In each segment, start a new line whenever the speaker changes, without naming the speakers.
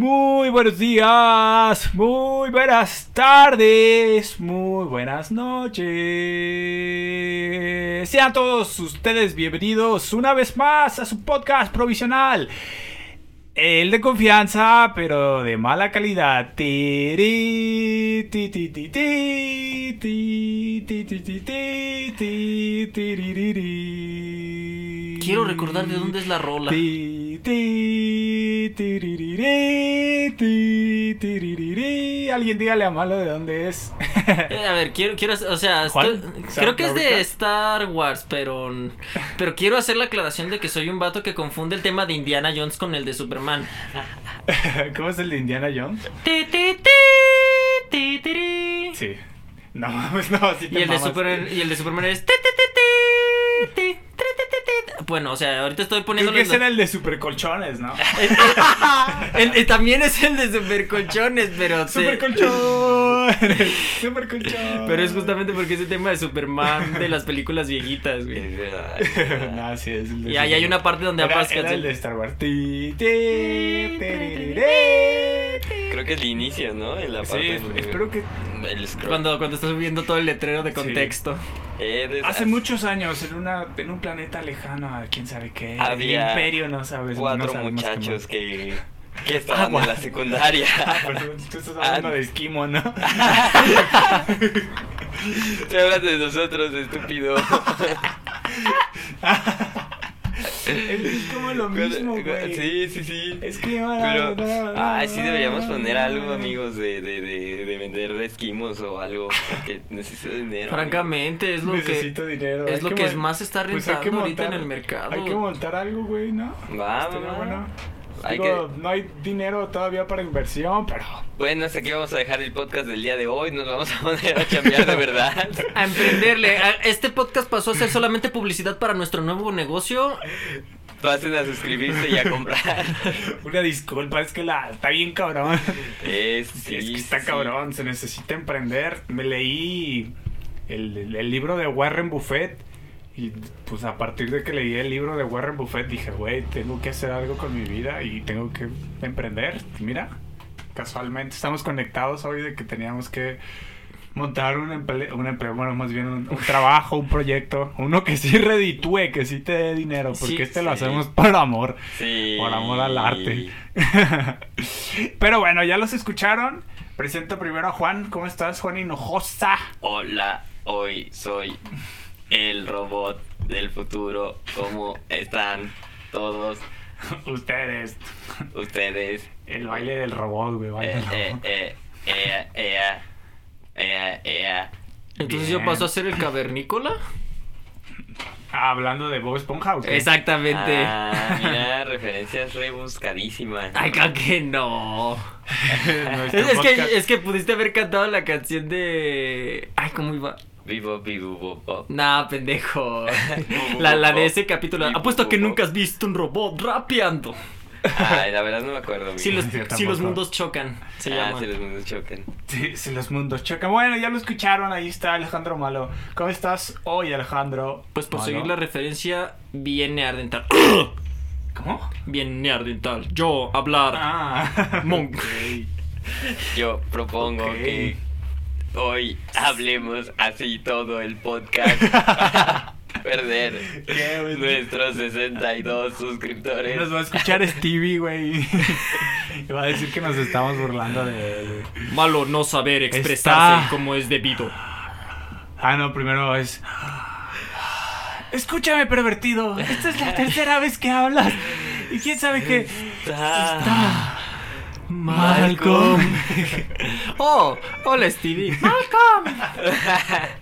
Muy buenos días, muy buenas tardes, muy buenas noches. Sean todos ustedes bienvenidos una vez más a su podcast provisional. El de confianza, pero de mala calidad. Tiri, ti, ti, ti, ti, ti, ti, ti, ti, ti, ti, tiririri.
Quiero recordar de dónde es la rola.
Ti, ti, tiririri, ti, tiririri. Alguien dígale a Malo de dónde es.
Eh, a ver, quiero, quiero, hacer- o sea,
¿Cuál?
estoy-
¿Star
creo que es de
Wars?
Star Wars, pero, pero quiero hacer la aclaración de que soy un vato que confunde el tema de Indiana Jones con el de Superman.
¿Cómo es el de Indiana Jones?
Ti, ti, ti, ti, tiri.
Sí. No, mames, no, sí te
Y el, de
mamas.
Super- y el de Superman es. ti, ti, ti, ti, ti, tri, ti, ti, ti. Bueno, o sea, ahorita estoy
Creo
poniendo.
que ese era el de supercolchones, ¿no?
también es el de Supercolchones, pero. sí.
Supercolchones. Supercolchones.
Pero es justamente porque es el tema de Superman de las películas viejitas, güey.
no, sí, es el de
Y ahí hay una parte donde
Era-
aparece
era el de Star Wars. Ti, ti, tiririri.
Creo que es el inicio, ¿no? En la
Sí,
parte
es-
donde-
espero que-
El scroll.
Cuando, cuando estás viendo todo el letrero de
Sí.
contexto.
Eres-
Hace muchos años, en, una, en un planeta lejano, a quién sabe qué,
Había
el imperio no sabes. no
Cuatro
sabemos cómo.
muchachos que, que estaban
Agua.
en la secundaria.
Ah, perdón, tú estás hablando
Ah.
de esquimo, ¿no?
Te hablas de nosotros, estúpido.
es como lo mismo, güey.
Sí, sí, sí.
Es que
Pero, ay, sí deberíamos poner algo, amigos, de, de, de, de vender esquimos o algo. Porque necesito dinero.
Francamente, es lo
Necesito dinero.
que.
hay
Es lo que, es
mon-
más está
pues
rentando
hay que
ahorita en
montar-
el mercado.
Hay que montar algo, güey, ¿no?
Va,
Estaría
va.
bueno.
Ah, Hay
Digo, no hay dinero todavía para inversión, pero...
Bueno, hasta aquí vamos a dejar el podcast del día de hoy. Nos vamos a poner a cambiar de verdad.
A emprenderle. A- Este podcast pasó a ser solamente publicidad para nuestro nuevo negocio.
Pasen a suscribirse y a comprar.
Una disculpa, es que la está bien cabrón.
Es,
es
sí,
que está
sí.
cabrón, se necesita emprender. Me leí el, el- el libro de Warren Buffett y pues a partir de que leí el libro de Warren Buffett dije, güey, tengo que hacer algo con mi vida y tengo que emprender. Mira, casualmente estamos conectados hoy de que teníamos que montar un empleo, un empleo bueno, más bien un, un trabajo, un proyecto, uno que sí reditúe, que sí te dé dinero, porque
Sí,
este lo
sí.
hacemos por amor.
Sí.
Por amor al arte. Pero bueno, ya los escucharon. Presento primero a Juan. ¿Cómo estás, Juan Hinojosa?
Hola, hoy soy el robot del futuro. ¿Cómo están todos
Ustedes.
ustedes?
El baile del robot, güey.
Eh,
báilalo.
eh, eh, ea, ea, ea, ea.
Entonces yo
Bien.
paso a ser el cavernícola.
Ah, hablando de Bob Esponja, ¿o qué?
Exactamente.
Ah, mira, referencias rebuscadísimas.
Ay, claro que no.
Nuestro
Es, es
podcast.
que, es que pudiste haber cantado la canción de. Ay, ¿cómo iba?
Vivo, vivo, vivo.
Nah, pendejo. La, la de ese capítulo. Apuesto que nunca has visto un robot rapeando.
Ay, la verdad no me acuerdo.
Si los,
bien.
Sí, yo
si los
tampoco.
mundos chocan, se
ah,
llama.
si los mundos chocan.
Sí, sí, los mundos chocan. Bueno, ya lo escucharon. Ahí está Alejandro Malo. ¿Cómo estás hoy, Alejandro?
Pues por
Malo?
seguir la referencia, viene a dental.
¿Cómo?
viene a dental. Yo hablar.
Ah.
Mon-
ok.
Yo propongo
Ok.
que hoy hablemos así todo el podcast. para Perder
Qué bueno.
nuestros 62 suscriptores.
Nos va a escuchar Stevie, güey. Y va a decir que nos estamos burlando de él, güey.
Malo no saber expresarse
Está-
como es debido.
Ah, no, primero es. Escúchame, pervertido. Esta es la tercera vez que hablas. Y quién sabe qué.
Está-
Malcolm.
Oh, hola Stevie. Ah,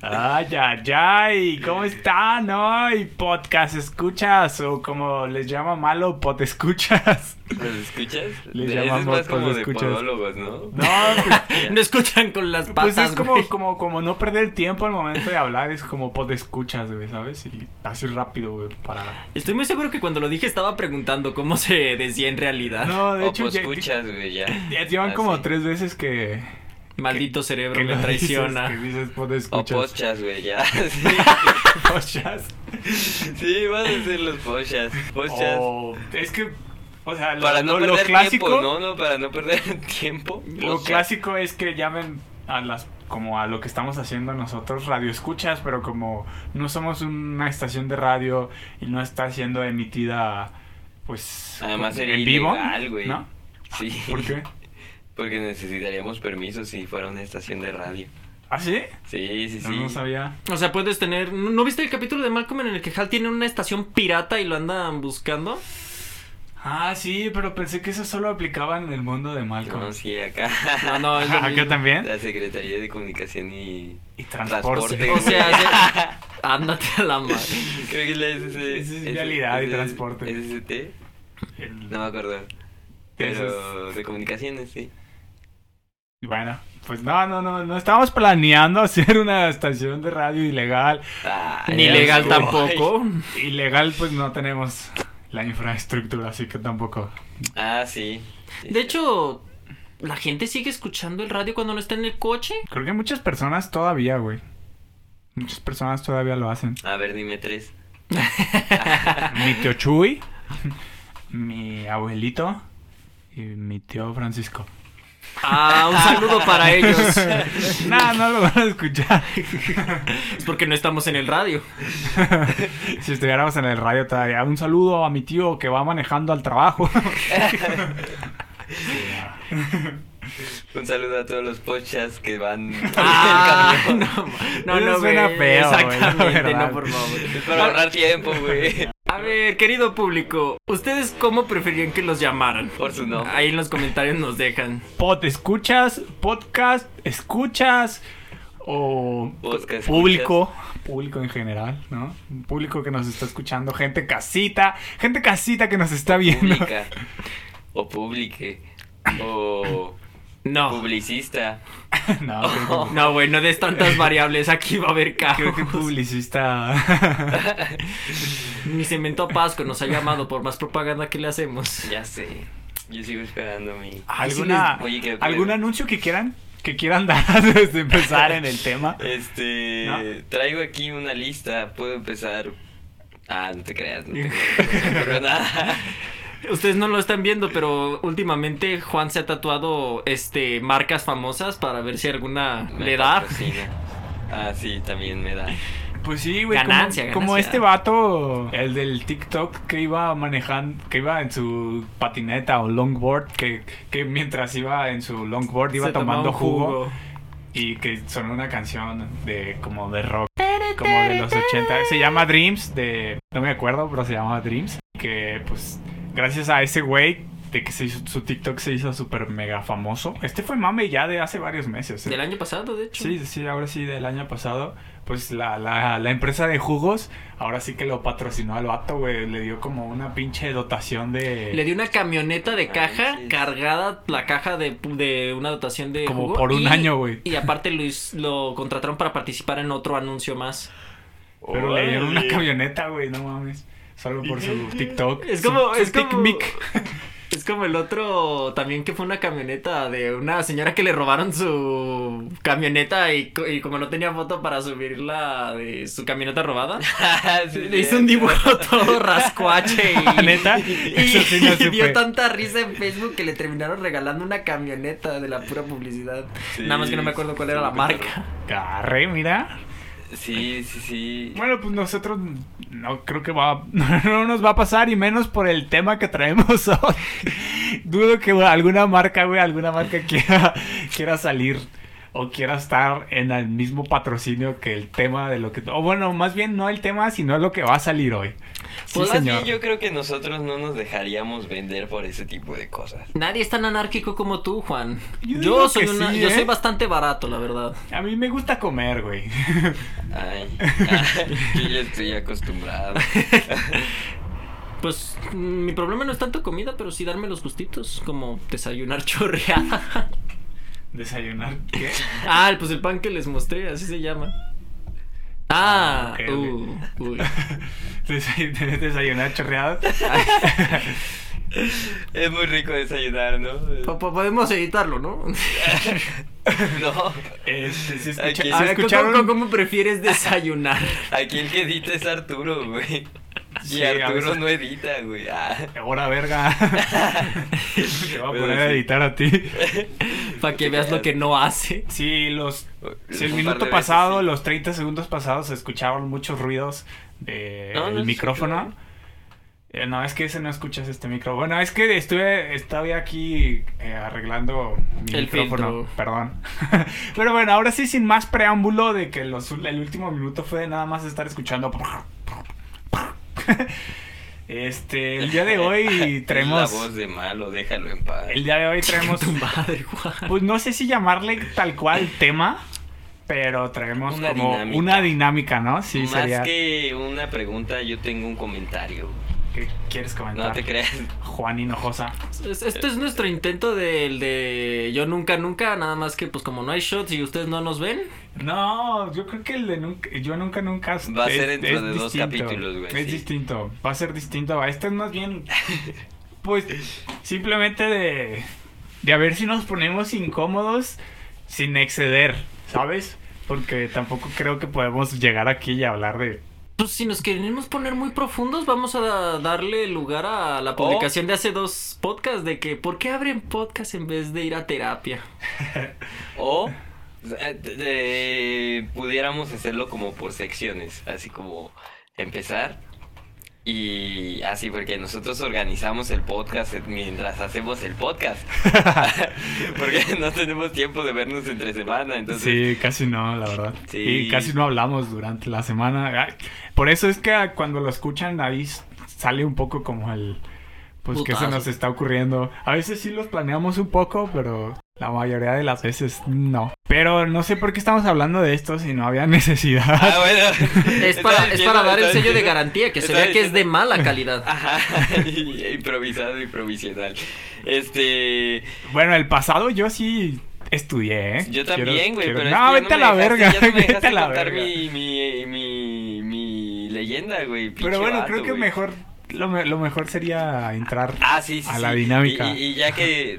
Ay, ay, ay. ¿Cómo están hoy? Podcast escuchas. O como les llama malo, pot escuchas.
¿Los escuchas?
Le
Ese es
llamamos,
más como
pues,
de
escuchas.
podólogos, ¿no?
No, pues,
no escuchan con las patas.
pues es como,
güey.
como, como no perder el tiempo al momento de hablar. Es como pot escuchas, güey, ¿sabes? Y así rápido, güey, para.
Estoy muy seguro que cuando lo dije estaba preguntando cómo se decía en realidad.
No, de
o
hecho, ya-
escuchas, güey, ya.
ya llevan
Ah,
como
sí.
tres veces que.
Maldito cerebro
que
me
lo dices,
traiciona.
que dices, pod
O
escuchas.
pochas, güey, ya. Sí,
Pochas.
sí, vas a decir los pochas. Pochas.
O- es que O sea, Oh, lo,
Para no
lo- lo
perder
clásico,
tiempo, ¿no? No, para no perder tiempo.
lo
O sea,
clásico es que llamen a las como a lo que estamos haciendo nosotros radio escuchas, pero como no somos una estación de radio y no está siendo emitida pues
Además sería
en vivo,
ilegal, güey.
¿no?
Sí.
¿Por qué?
Porque necesitaríamos permiso si fuera una estación de radio.
¿Ah, sí?
Sí, sí,
No,
sí.
no sabía.
O sea, puedes tener. ¿No, no viste el capítulo de Malcolm en el que Hal tiene una estación pirata y lo andan buscando?
Ah, sí, pero pensé que eso solo aplicaba en el mundo de Malcolm. ¿Eh?
No, sí, acá.
No, no, es lo
Acá
mismo.
también.
La Secretaría de Comunicación y
Y
Transporte.
transporte.
O sea, se- ándate a la madre.
Creo que es la SC,
Esa es vialidad y transporte.
SST,
El-
no me acuerdo. Pero de comunicaciones, sí.
Bueno, pues no, no, no, no estábamos planeando hacer una estación de radio ilegal. Pues,
Ah,
Ni
ya
legal
sé, güey.
tampoco.
Ilegal pues no tenemos la infraestructura, así que tampoco.
Ah, sí. Sí.
De hecho, ¿la gente sigue escuchando el radio cuando no está en el coche?
Creo que muchas personas todavía, güey. Muchas personas todavía lo hacen.
A ver, dime tres.
Mi tío Chuy, mi abuelito y mi tío Francisco.
Ah, un saludo para ellos. Es
No, no lo van a escuchar.
porque no estamos en el radio.
si estuviéramos en el radio todavía. Un saludo a mi tío que va manejando al trabajo.
Un saludo a todos los pochas que van en el
Ah,
camión.
no, no,
Eso
no,
suena
güey,
feo, güey, la
Exactamente,
verdad.
no, por
Es
favor.
para ahorrar tiempo, güey.
A ver, querido público, ¿ustedes cómo preferían que los llamaran?
Por su nombre.
Ahí en los comentarios nos dejan.
Pod, escuchas, podcast, escuchas o
Podcast,
público, público en general, ¿no? Público que nos está escuchando, gente casita, gente casita que nos está viendo.
Pública. O publique. O
No,
publicista.
no, creo
Oh.
que,
no, güey, no des tantas variables. Aquí va a haber
creo que
caos.
publicista.
Mi cemento Pasco nos ha llamado por más propaganda que le hacemos.
Ya sé. Yo sigo esperando mi.
¿Alguna,
les- Oye, que-
algún anuncio que quieran, que quieran dar antes de empezar en el tema?
Este.
¿No?
Traigo aquí una lista. Puedo empezar. Ah, no te creas. No, te creas, no se me ocurrió nada.
Ustedes no lo están viendo, pero últimamente Juan se ha tatuado este marcas famosas para ver si alguna
Me
le da.
patrocina. Ah, sí, también me da.
Pues sí, güey.
Ganancia,
como,
ganancia.
como este vato, el del TikTok que iba manejando, que iba en su patineta o longboard, que, que mientras iba en su longboard iba
Se tomaba
tomando
un
jugo, y que sonó una canción de como de rock, como de los 80. Se llama Dreams, de... No me acuerdo, pero se llama Dreams. Que pues gracias a ese güey de que se hizo, su TikTok se hizo súper mega famoso. Este fue mame ya de hace varios meses. ¿eh?
Del año pasado, de hecho.
Sí, sí, ahora sí, del año pasado, pues la, la, la empresa de jugos, ahora sí que lo patrocinó al vato, güey, le dio como una pinche dotación de...
Le di una camioneta de caja
Manches.
cargada, la caja de, de una dotación de.
como
jugo,
por un
y-
año, güey.
Y aparte lo, hiz- lo contrataron para participar en otro anuncio más.
Pero le dieron una
Órale.
camioneta, güey, no mames. Solo por su TikTok.
Es
su-
como,
su
es como,
TikMic.
es como el otro también que fue una camioneta de una señora que le robaron su camioneta y, co- y como no tenía foto para subirla de su camioneta robada,
Ah, Sí,
le hizo un dibujo todo rascuache
Ah,
y,
Neta,
y-
eso sí no
y dio
supe.
tanta risa en Facebook que le terminaron regalando una camioneta de la pura publicidad.
Sí,
Nada más que no me acuerdo cuál era la
sí,
marca.
Carre, mira.
Sí, sí, sí.
Bueno, pues nosotros no creo que va, no nos va a pasar y menos por el tema que traemos hoy. Dudo que alguna marca, güey, alguna marca quiera, quiera salir o quiera estar en el mismo patrocinio que el tema de lo que... O bueno, más bien no el tema, sino lo que va a salir hoy. Sí,
Pues más
señor.
bien yo creo que nosotros no nos dejaríamos vender por ese tipo de cosas.
Nadie es tan anárquico como tú, Juan.
Yo
Yo,
digo
soy
que
una,
sí,
yo
¿eh?
soy bastante barato, la verdad.
A mí me gusta comer, güey.
Ay,
Ah,
yo ya estoy acostumbrado.
Pues mm, mi problema no es tanto comida, pero sí darme los gustitos, como desayunar chorreada.
Desayunar, ¿qué?
ah, pues el pan que les mostré, así se llama. Ah,
Ah, ok,
uh, uy.
Desay- Desayunar chorreado.
Es muy rico desayunar, ¿no?
Po- po- Podemos editarlo, ¿no?
No.
Este, si escucha-
Aquí-
si
A ver, ¿cómo-
escucharon...
¿cómo, cómo prefieres desayunar?
Aquí el que edita es Arturo, güey. Y Arturo no edita, güey. Ah.
Ahora, verga. Te va a
Pero
poner a
sí.
editar a ti.
Para que veas lo que no hace.
Si los. Si el
Un par de
minuto
veces,
pasado,
sí.
los 30 segundos pasados, se escuchaban muchos ruidos del
No, no, sí,
micrófono.
claro.
Eh, No, es que ese no escuchas este micrófono. Bueno, es que estuve, estaba aquí eh, arreglando mi
El
micrófono.
filtro.
Perdón. Pero bueno, ahora sí, sin más preámbulo de que los, el último minuto fue de nada más estar escuchando. Este, el día de hoy traemos.
La voz de malo, déjalo en paz.
El día de hoy
Chinga
traemos.
tu madre, Juan.
Pues no sé si llamarle tal cual tema, pero traemos
Una
como
dinámica.
una dinámica, ¿no? Sí,
Más
sería.
que una pregunta, yo tengo un comentario.
¿Qué quieres comentar?
No te creas.
Juan Hinojosa.
Es- Este es nuestro intento del de yo nunca, nunca, nada más que pues como no hay shots y ustedes no nos ven.
No, yo creo que el de nunca, yo nunca, nunca.
Va a ser dentro de dos capítulos, güey,
Es
sí.
distinto, va a ser distinto. Este es más bien, pues, simplemente de, de a ver si nos ponemos incómodos sin exceder, ¿sabes? Porque tampoco creo que podemos llegar aquí y hablar de
Pues si nos queremos poner muy profundos, vamos a darle lugar a
Oh.
la publicación de hace dos podcasts de que ¿por qué abren podcast en vez de ir a terapia?
O eh, eh, pudiéramos hacerlo como por secciones, así como empezar. Y así, porque nosotros organizamos el podcast mientras hacemos el podcast. porque no tenemos tiempo de vernos entre semana, entonces...
Sí, casi no, la verdad.
Sí.
Y casi no hablamos durante la semana. Ay, Por eso es que ah, cuando lo escuchan ahí s- sale un poco como el... Pues que se
Putazo.
nos está ocurriendo. A veces sí los planeamos un poco, pero la mayoría de las veces no. Pero no sé por qué estamos hablando de esto si no había necesidad.
Ah, bueno.
Es para,
Estaba
es para dar el
diciendo-
sello de garantía, que se
estaba
vea que es de
diciendo-
mala calidad.
Ajá, improvisado y provisional. Este,
Bueno, el pasado yo sí estudié, ¿eh?
yo
Quiero-
también, güey,
quiero-
pero es
No,
que
vete a
ya
la
no me
verga,
dejaste- ya no me
vete a
dejaste
la
contar
verga.
Mi, mi, mi, mi leyenda, güey, pinche
Pero bueno, creo
vato,
que
güey.
mejor... Lo, me- lo mejor sería entrar...
Ah, sí, sí,
a
sí.
la dinámica.
Y, y- y ya que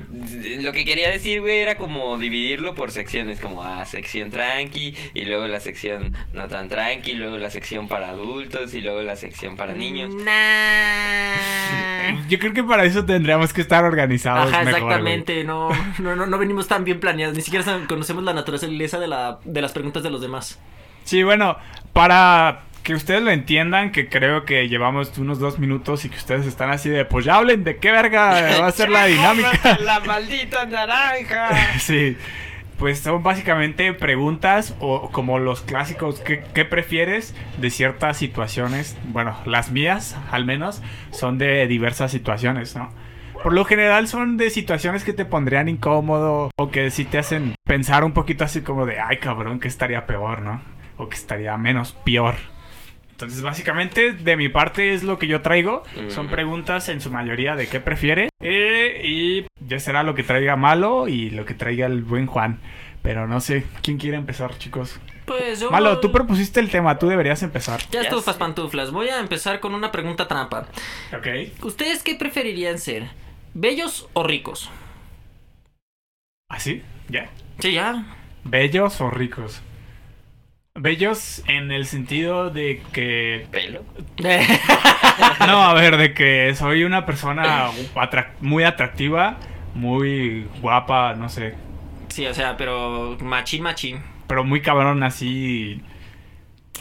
lo que quería decir, güey, era como dividirlo por secciones, como ah, sección tranqui, y luego la sección no tan tranqui, y luego la sección para adultos, y luego la sección para niños.
Mm,
Nah.
Yo creo que para eso tendríamos que estar organizados.
Ajá,
mejor, güey.
exactamente, no, no, no, no venimos tan bien planeados, ni siquiera saben- conocemos la naturaleza de, la, de las preguntas de los demás.
Sí, bueno, para que ustedes lo entiendan, que creo que llevamos unos dos minutos y que ustedes están así de, pues ya hablen de qué verga va a ser la dinámica.
La maldita naranja.
Sí, pues son básicamente preguntas o como los clásicos, ¿qué, qué prefieres de ciertas situaciones? Bueno, las mías al menos son de diversas situaciones, ¿no? Por lo general son de situaciones que te pondrían incómodo o que sí te hacen pensar un poquito así como de, ay cabrón, que estaría peor, ¿no? O que estaría menos peor. Entonces básicamente de mi parte es lo que yo traigo. Son
Mm.
preguntas en su mayoría de qué prefiere. eh, y ya será lo que traiga malo y lo que traiga el buen Juan. Pero no sé, ¿quién quiere empezar chicos?
Pues yo...
Malo, tú propusiste el tema, tú deberías empezar.
Ya
Ya
estufas
sé.
pantuflas, voy a empezar con una pregunta trampa.
Ok.
¿Ustedes qué preferirían ser? ¿Bellos o ricos?
¿Así? ¿Ya?
Sí, ya.
¿Bellos o ricos? Bellos en el sentido de que
¿Pelo?
No, a ver, de que soy una persona atrac- muy atractiva, muy guapa, no sé,
sí, o sea, pero machín, machín.
pero muy cabrón así.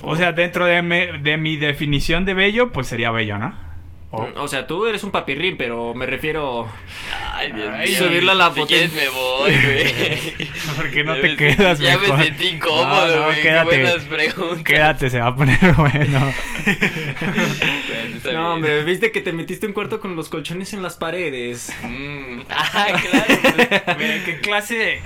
O sea, dentro de, me- de mi definición de bello, pues sería bello, ¿no? O-
O sea, tú eres un papirrín, pero me refiero...
Ay, Dios
Ay,
mío.
subirla a la
si
poten-
quieres me voy, güey.
¿Por qué no
Ya
te
me
quedas,
sentí- Ya me
mejor?
sentí incómodo,
No, no,
güey. Qué
quédate.
buenas preguntas.
Quédate, se va a poner bueno.
Bueno,
No,
está bien.
hombre, viste que te metiste un cuarto con los colchones en las paredes.
Mm. Ah, claro. pues,
Mira, ¿qué clase?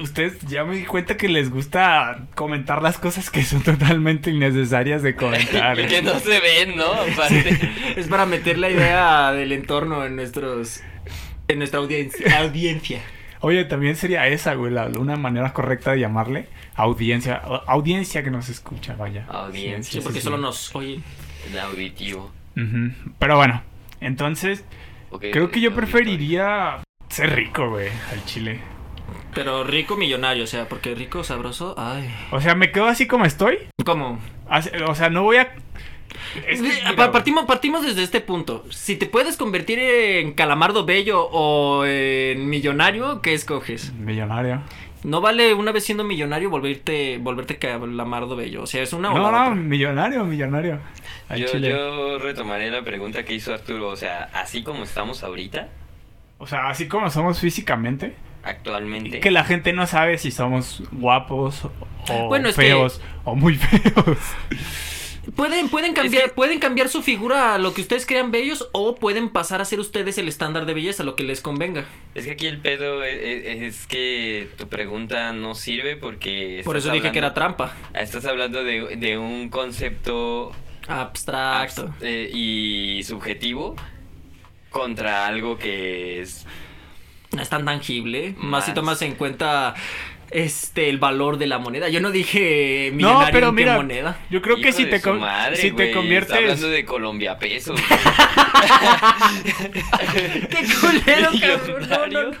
Ustedes ya me di cuenta que les gusta comentar las cosas que son totalmente innecesarias de comentar. ¿eh?
Y que no se ven, ¿no? Aparte.
Es para meter la idea del entorno en nuestros... En nuestra audiencia. audiencia.
Oye, también sería esa, güey, la- una manera correcta de llamarle audiencia, a- audiencia que nos escucha, vaya.
Sí,
Audiencia.
porque
sí.
solo nos oye.
El auditivo.
Ujú. Pero bueno, entonces
Ok,
creo que yo
auditorio.
preferiría ser rico, güey, al chile.
Pero rico millonario, o sea, porque rico, sabroso, ay.
O sea, me quedo así como estoy.
¿Cómo?
Así- O sea, no voy a Es que,
Ve-
mira,
pa-
güey,
partimos, partimos desde este punto. Si te puedes convertir en calamardo bello o en millonario, ¿qué escoges?
Millonario.
No vale una vez siendo millonario volverte, volverte calamardo bello. O sea, es una o
No,
la
no,
otra.
millonario, millonario. Al
Yo,
chile.
yo retomaré la pregunta que hizo Arturo, o sea, así como estamos ahorita,
O sea, así como somos físicamente,
actualmente.
que la gente no sabe si somos guapos o
Bueno, es que-
feos o muy feos.
Pueden, pueden cambiar, pueden cambiar su figura a lo que ustedes crean bellos, o pueden pasar a ser ustedes el estándar de belleza, lo que les convenga.
Es que aquí el pedo e- e- es, que tu pregunta no sirve porque...
Por eso
estás
dije que era
hablando- Ah,
trampa.
Estás hablando de, de un concepto
Abstracto.
abs- eh, y subjetivo contra algo que es...
No es tan tangible. Más si
Más.
tomas en cuenta este el valor de la moneda. Yo no dije
No,
millonario
pero
en qué
mira,
moneda.
yo creo que
Hijo
si
de
te,
su
con-
madre,
si
güey,
te
está
conviertes
hablando de Colombia pesos.
¡Qué culero, cabrón! No, no,
Millonario.
no.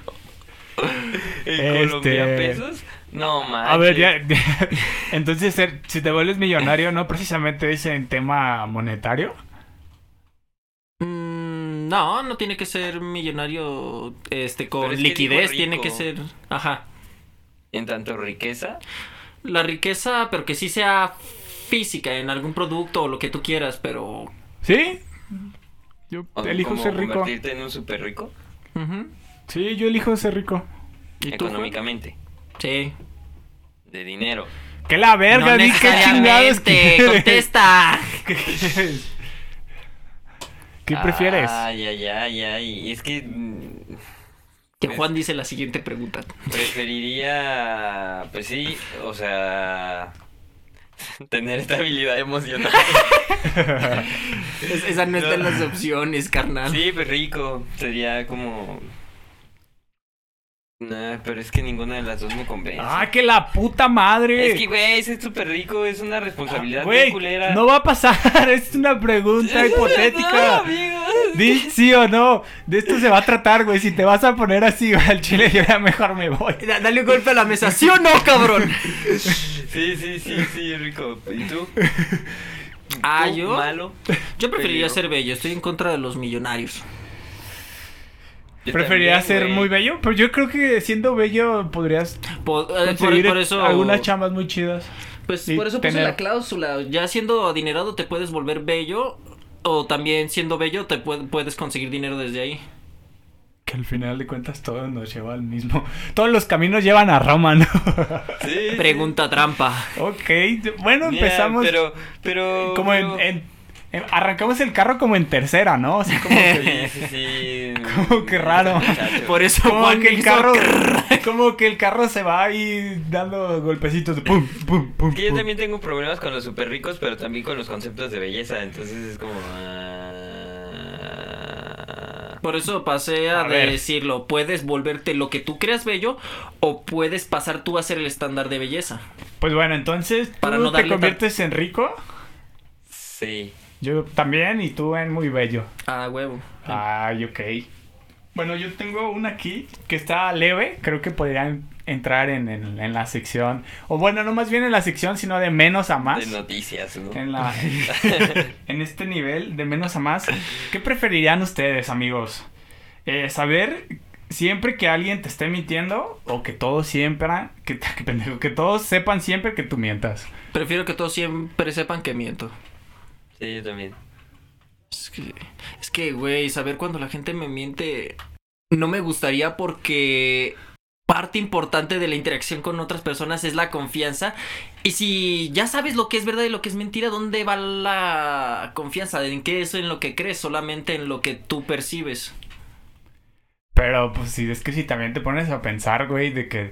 Este-
¿En Colombia pesos? No, manches.
A ver, ya. Entonces, ser- si te vuelves millonario, no precisamente es en tema monetario.
Mm, No, no tiene que ser millonario este con
Pero es que
liquidez,
digo
tiene que
rico.
ser, ajá,
En tanto riqueza,
la riqueza, pero que sí sea física en algún producto o lo que tú quieras, pero
¿Sí? Yo
o
elijo
como
ser rico.
convertirte en un super rico
ujú.
Sí, yo elijo ser rico.
¿Y tú, Juan?
económicamente,
Sí.
de dinero.
¡Que la verga!
no
di qué chingados
necesariamente,
quieres?
contesta.
¿Qué quieres? ¿Qué prefieres?
Ay, ay, ay, ay. Es que mm,
Que Juan dice la siguiente pregunta.
preferiría, pues sí, o sea, tener estabilidad emocional.
Es- esa no está en las opciones,
Ah.
carnal.
Sí, pues rico. Sería como... Nah, pero es que ninguna de las dos me convence.
¡Ah, que la puta madre!
Es que, güey, ese es súper rico, es una responsabilidad bien
Güey,
culera.
no va a pasar. Es una pregunta
No,
hipotética.
amigo.
Di sí o no. De esto se va a tratar, güey. Si te vas a poner así, güey, al chile, yo ya mejor me voy.
Da- Dale un golpe a la mesa, ¿sí o no, cabrón?
Sí, sí, sí, sí, rico. ¿Y tú?
Ah,
¿Tú,
yo.
Malo.
Yo preferiría
Peligro.
ser bello, estoy en contra de los millonarios.
Yo
Preferiría
también,
ser
güey.
muy bello, pero yo creo que siendo bello podrías
Po- eh, Por,
conseguir
por eso.
algunas chamas muy chidas.
Pues
Sí,
por eso
tener-
puse la cláusula. Ya siendo adinerado te puedes volver bello. O también siendo bello te pue- puedes conseguir dinero desde ahí.
Que al final de cuentas todo nos lleva al mismo. Todos los caminos llevan a Roma, ¿no?
Eh, Sí, sí.
Pregunta trampa.
ok, bueno,
Mira,
empezamos.
Pero, pero.
como en,
pero-
en- en- Arrancamos el carro como en tercera, ¿no? O sea, como que.
Sí, sí, sí.
Como que raro.
Muchacho.
Por eso
Como
Juan
que el
hizo
carro,
crrr.
como que el carro se va ahí dando golpecitos de pum, pum, pum.
Es que yo
pum.
también tengo problemas con los super ricos, pero también con los conceptos de belleza. Entonces es como. ah,
Por eso pasé a,
A ver.
decirlo. Puedes volverte lo que tú creas bello. O puedes pasar tú a ser el estándar de belleza.
Pues bueno, entonces tú
Para no
te
darle tan-
conviertes en rico,
Sí.
yo también y tú en muy bello.
Ah, huevo.
Ay, ok. Bueno, yo tengo una aquí que está leve. Creo que podrían entrar en, en- en la sección. O bueno, no más bien en la sección, sino de menos a más.
De noticias, ¿no?
En, la, en este nivel, de menos a más. ¿Qué preferirían ustedes, amigos? Eh, ¿Saber siempre que alguien te esté mintiendo? ¿O que todos siempre... Que, que pendejo, que todos sepan siempre que tú mientas?
Prefiero que todos siempre sepan que miento.
Sí, yo también.
Es que, es que, güey, saber cuando la gente me miente no me gustaría porque parte importante de la interacción con otras personas es la confianza. Y si ya sabes lo que es verdad y lo que es mentira, ¿dónde va la confianza? ¿En qué es en lo que crees? Solamente en lo que tú percibes.
Pero pues sí, es que si también te pones a pensar, güey, de que...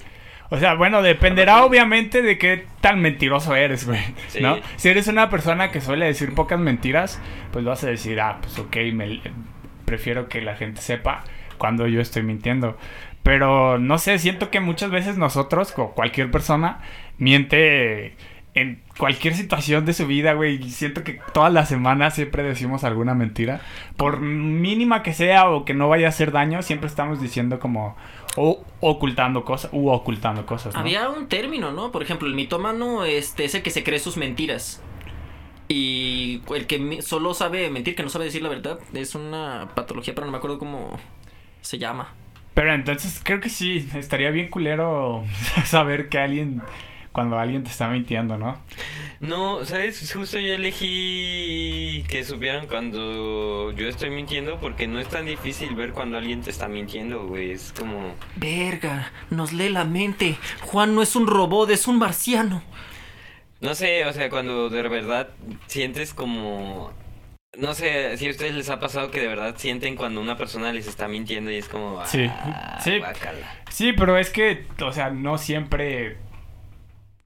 O sea, bueno, dependerá obviamente de qué tan mentiroso eres, güey.
Sí.
¿No? Si eres una persona que suele decir pocas mentiras, pues vas a decir, ah, pues ok, me- prefiero que la gente sepa cuando yo estoy mintiendo. Pero no sé, siento que muchas veces nosotros, o cualquier persona, miente en cualquier situación de su vida, güey. Y Siento que todas las semanas siempre decimos alguna mentira. Por mínima que sea o que no vaya a hacer daño, siempre estamos diciendo como... O ocultando cosas, u ocultando cosas, Pues ¿no?
Había un término, ¿no? Por ejemplo, el mitómano este, es el que se cree sus mentiras. Y el que mi- solo sabe mentir, que no sabe decir la verdad, es una patología, pero no me acuerdo cómo se llama.
Pero entonces creo que sí, estaría bien culero saber que alguien, cuando alguien te está mintiendo, ¿no?
No, ¿sabes? Justo yo elegí que supieran cuando yo estoy mintiendo porque no es tan difícil ver cuando alguien te está mintiendo, güey. Es como...
Verga, nos lee la mente. Juan no es un robot, es un marciano.
No sé, o sea, cuando de verdad sientes como... No sé si a ustedes les ha pasado que de verdad sienten cuando una persona les está mintiendo y es como... "Ah,
Sí, sí.
guácala".
Sí, pero es que, o sea, no siempre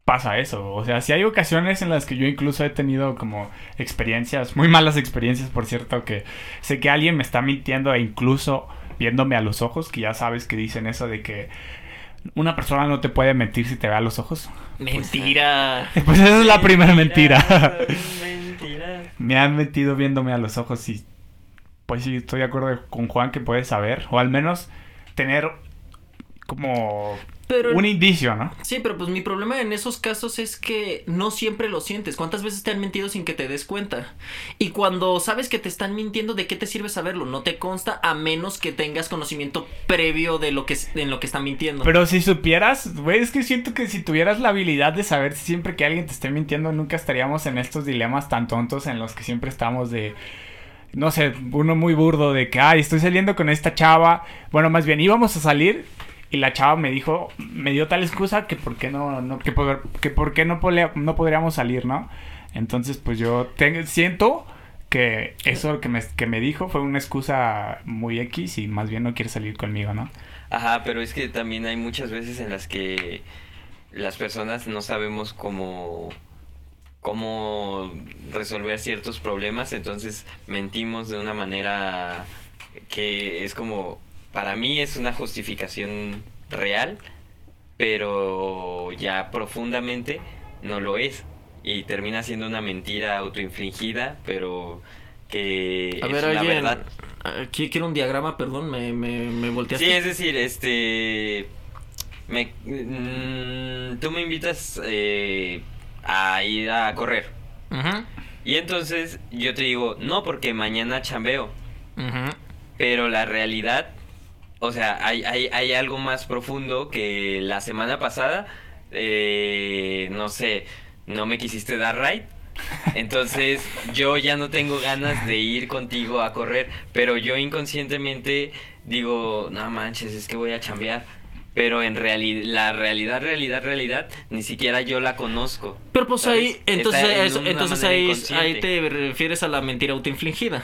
pasa eso. O sea, sí hay ocasiones en las que yo incluso he tenido como experiencias, muy malas experiencias, por cierto, que sé que alguien me está mintiendo e incluso viéndome a los ojos, que ya sabes que dicen eso de que una persona no te puede mentir si te ve a los ojos.
Mentira.
Pues esa es la primera mentira.
Mentira, mentira.
me han metido viéndome a los ojos y pues sí, estoy de acuerdo con Juan que puede saber, o al menos tener como
Pues, Pero
un indicio, ¿no?
Sí, pero pues mi problema en esos casos es que no siempre lo sientes. ¿Cuántas veces te han mentido sin que te des cuenta? Y cuando sabes que te están mintiendo, ¿de qué te sirve saberlo? No te consta a menos que tengas conocimiento previo de lo que es- en lo que están mintiendo.
Pero si supieras, güey, es que siento que si tuvieras la habilidad de saber si siempre que alguien te esté mintiendo, nunca estaríamos en estos dilemas tan tontos en los que siempre estamos de. No sé, uno muy burdo de que, ay, estoy saliendo con esta chava. Bueno, más bien íbamos a salir y la chava me dijo, me dio tal excusa que por qué no, no que, por, que por qué no, pole- no podríamos salir, ¿no? Entonces, pues yo te- siento que eso que me, que me dijo fue una excusa muy X y más bien no quiere salir conmigo, ¿no?
Ajá, pero es que también hay muchas veces en las que las personas no sabemos cómo, cómo resolver ciertos problemas, entonces mentimos de una manera que es como, para mí es una justificación real, pero ya profundamente no lo es. Y termina siendo una mentira autoinfligida, pero que
a
es
ver,
la
alguien. ah,
verdad.
Aquí quiero un diagrama, perdón, me, me, me volteaste.
Sí, es decir, este. Me, mm, tú me invitas eh, a ir a correr.
Ujú,
Y entonces yo te digo, no, porque mañana chambeo.
ujú.
Pero la realidad, o sea, hay, hay, hay algo más profundo que la semana pasada, eh, no sé, no me quisiste dar ride. Entonces yo ya no tengo ganas de ir contigo a correr, pero yo inconscientemente digo, no manches, es que voy a chambear. Pero en realidad, la realidad, realidad, realidad, ni siquiera yo la conozco.
Pero pues
¿sabes?
ahí,
Está
entonces,
en
es-
una
entonces
manera
ahí,
inconsciente.
ahí te refieres a la mentira autoinfligida.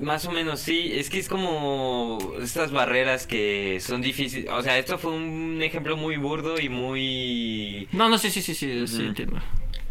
Más o menos sí, es que es como estas barreras que son difíciles. O sea, esto fue un ejemplo muy burdo y muy...
No, no, sí, sí, sí, sí, sí,
Ujú.
entiendo.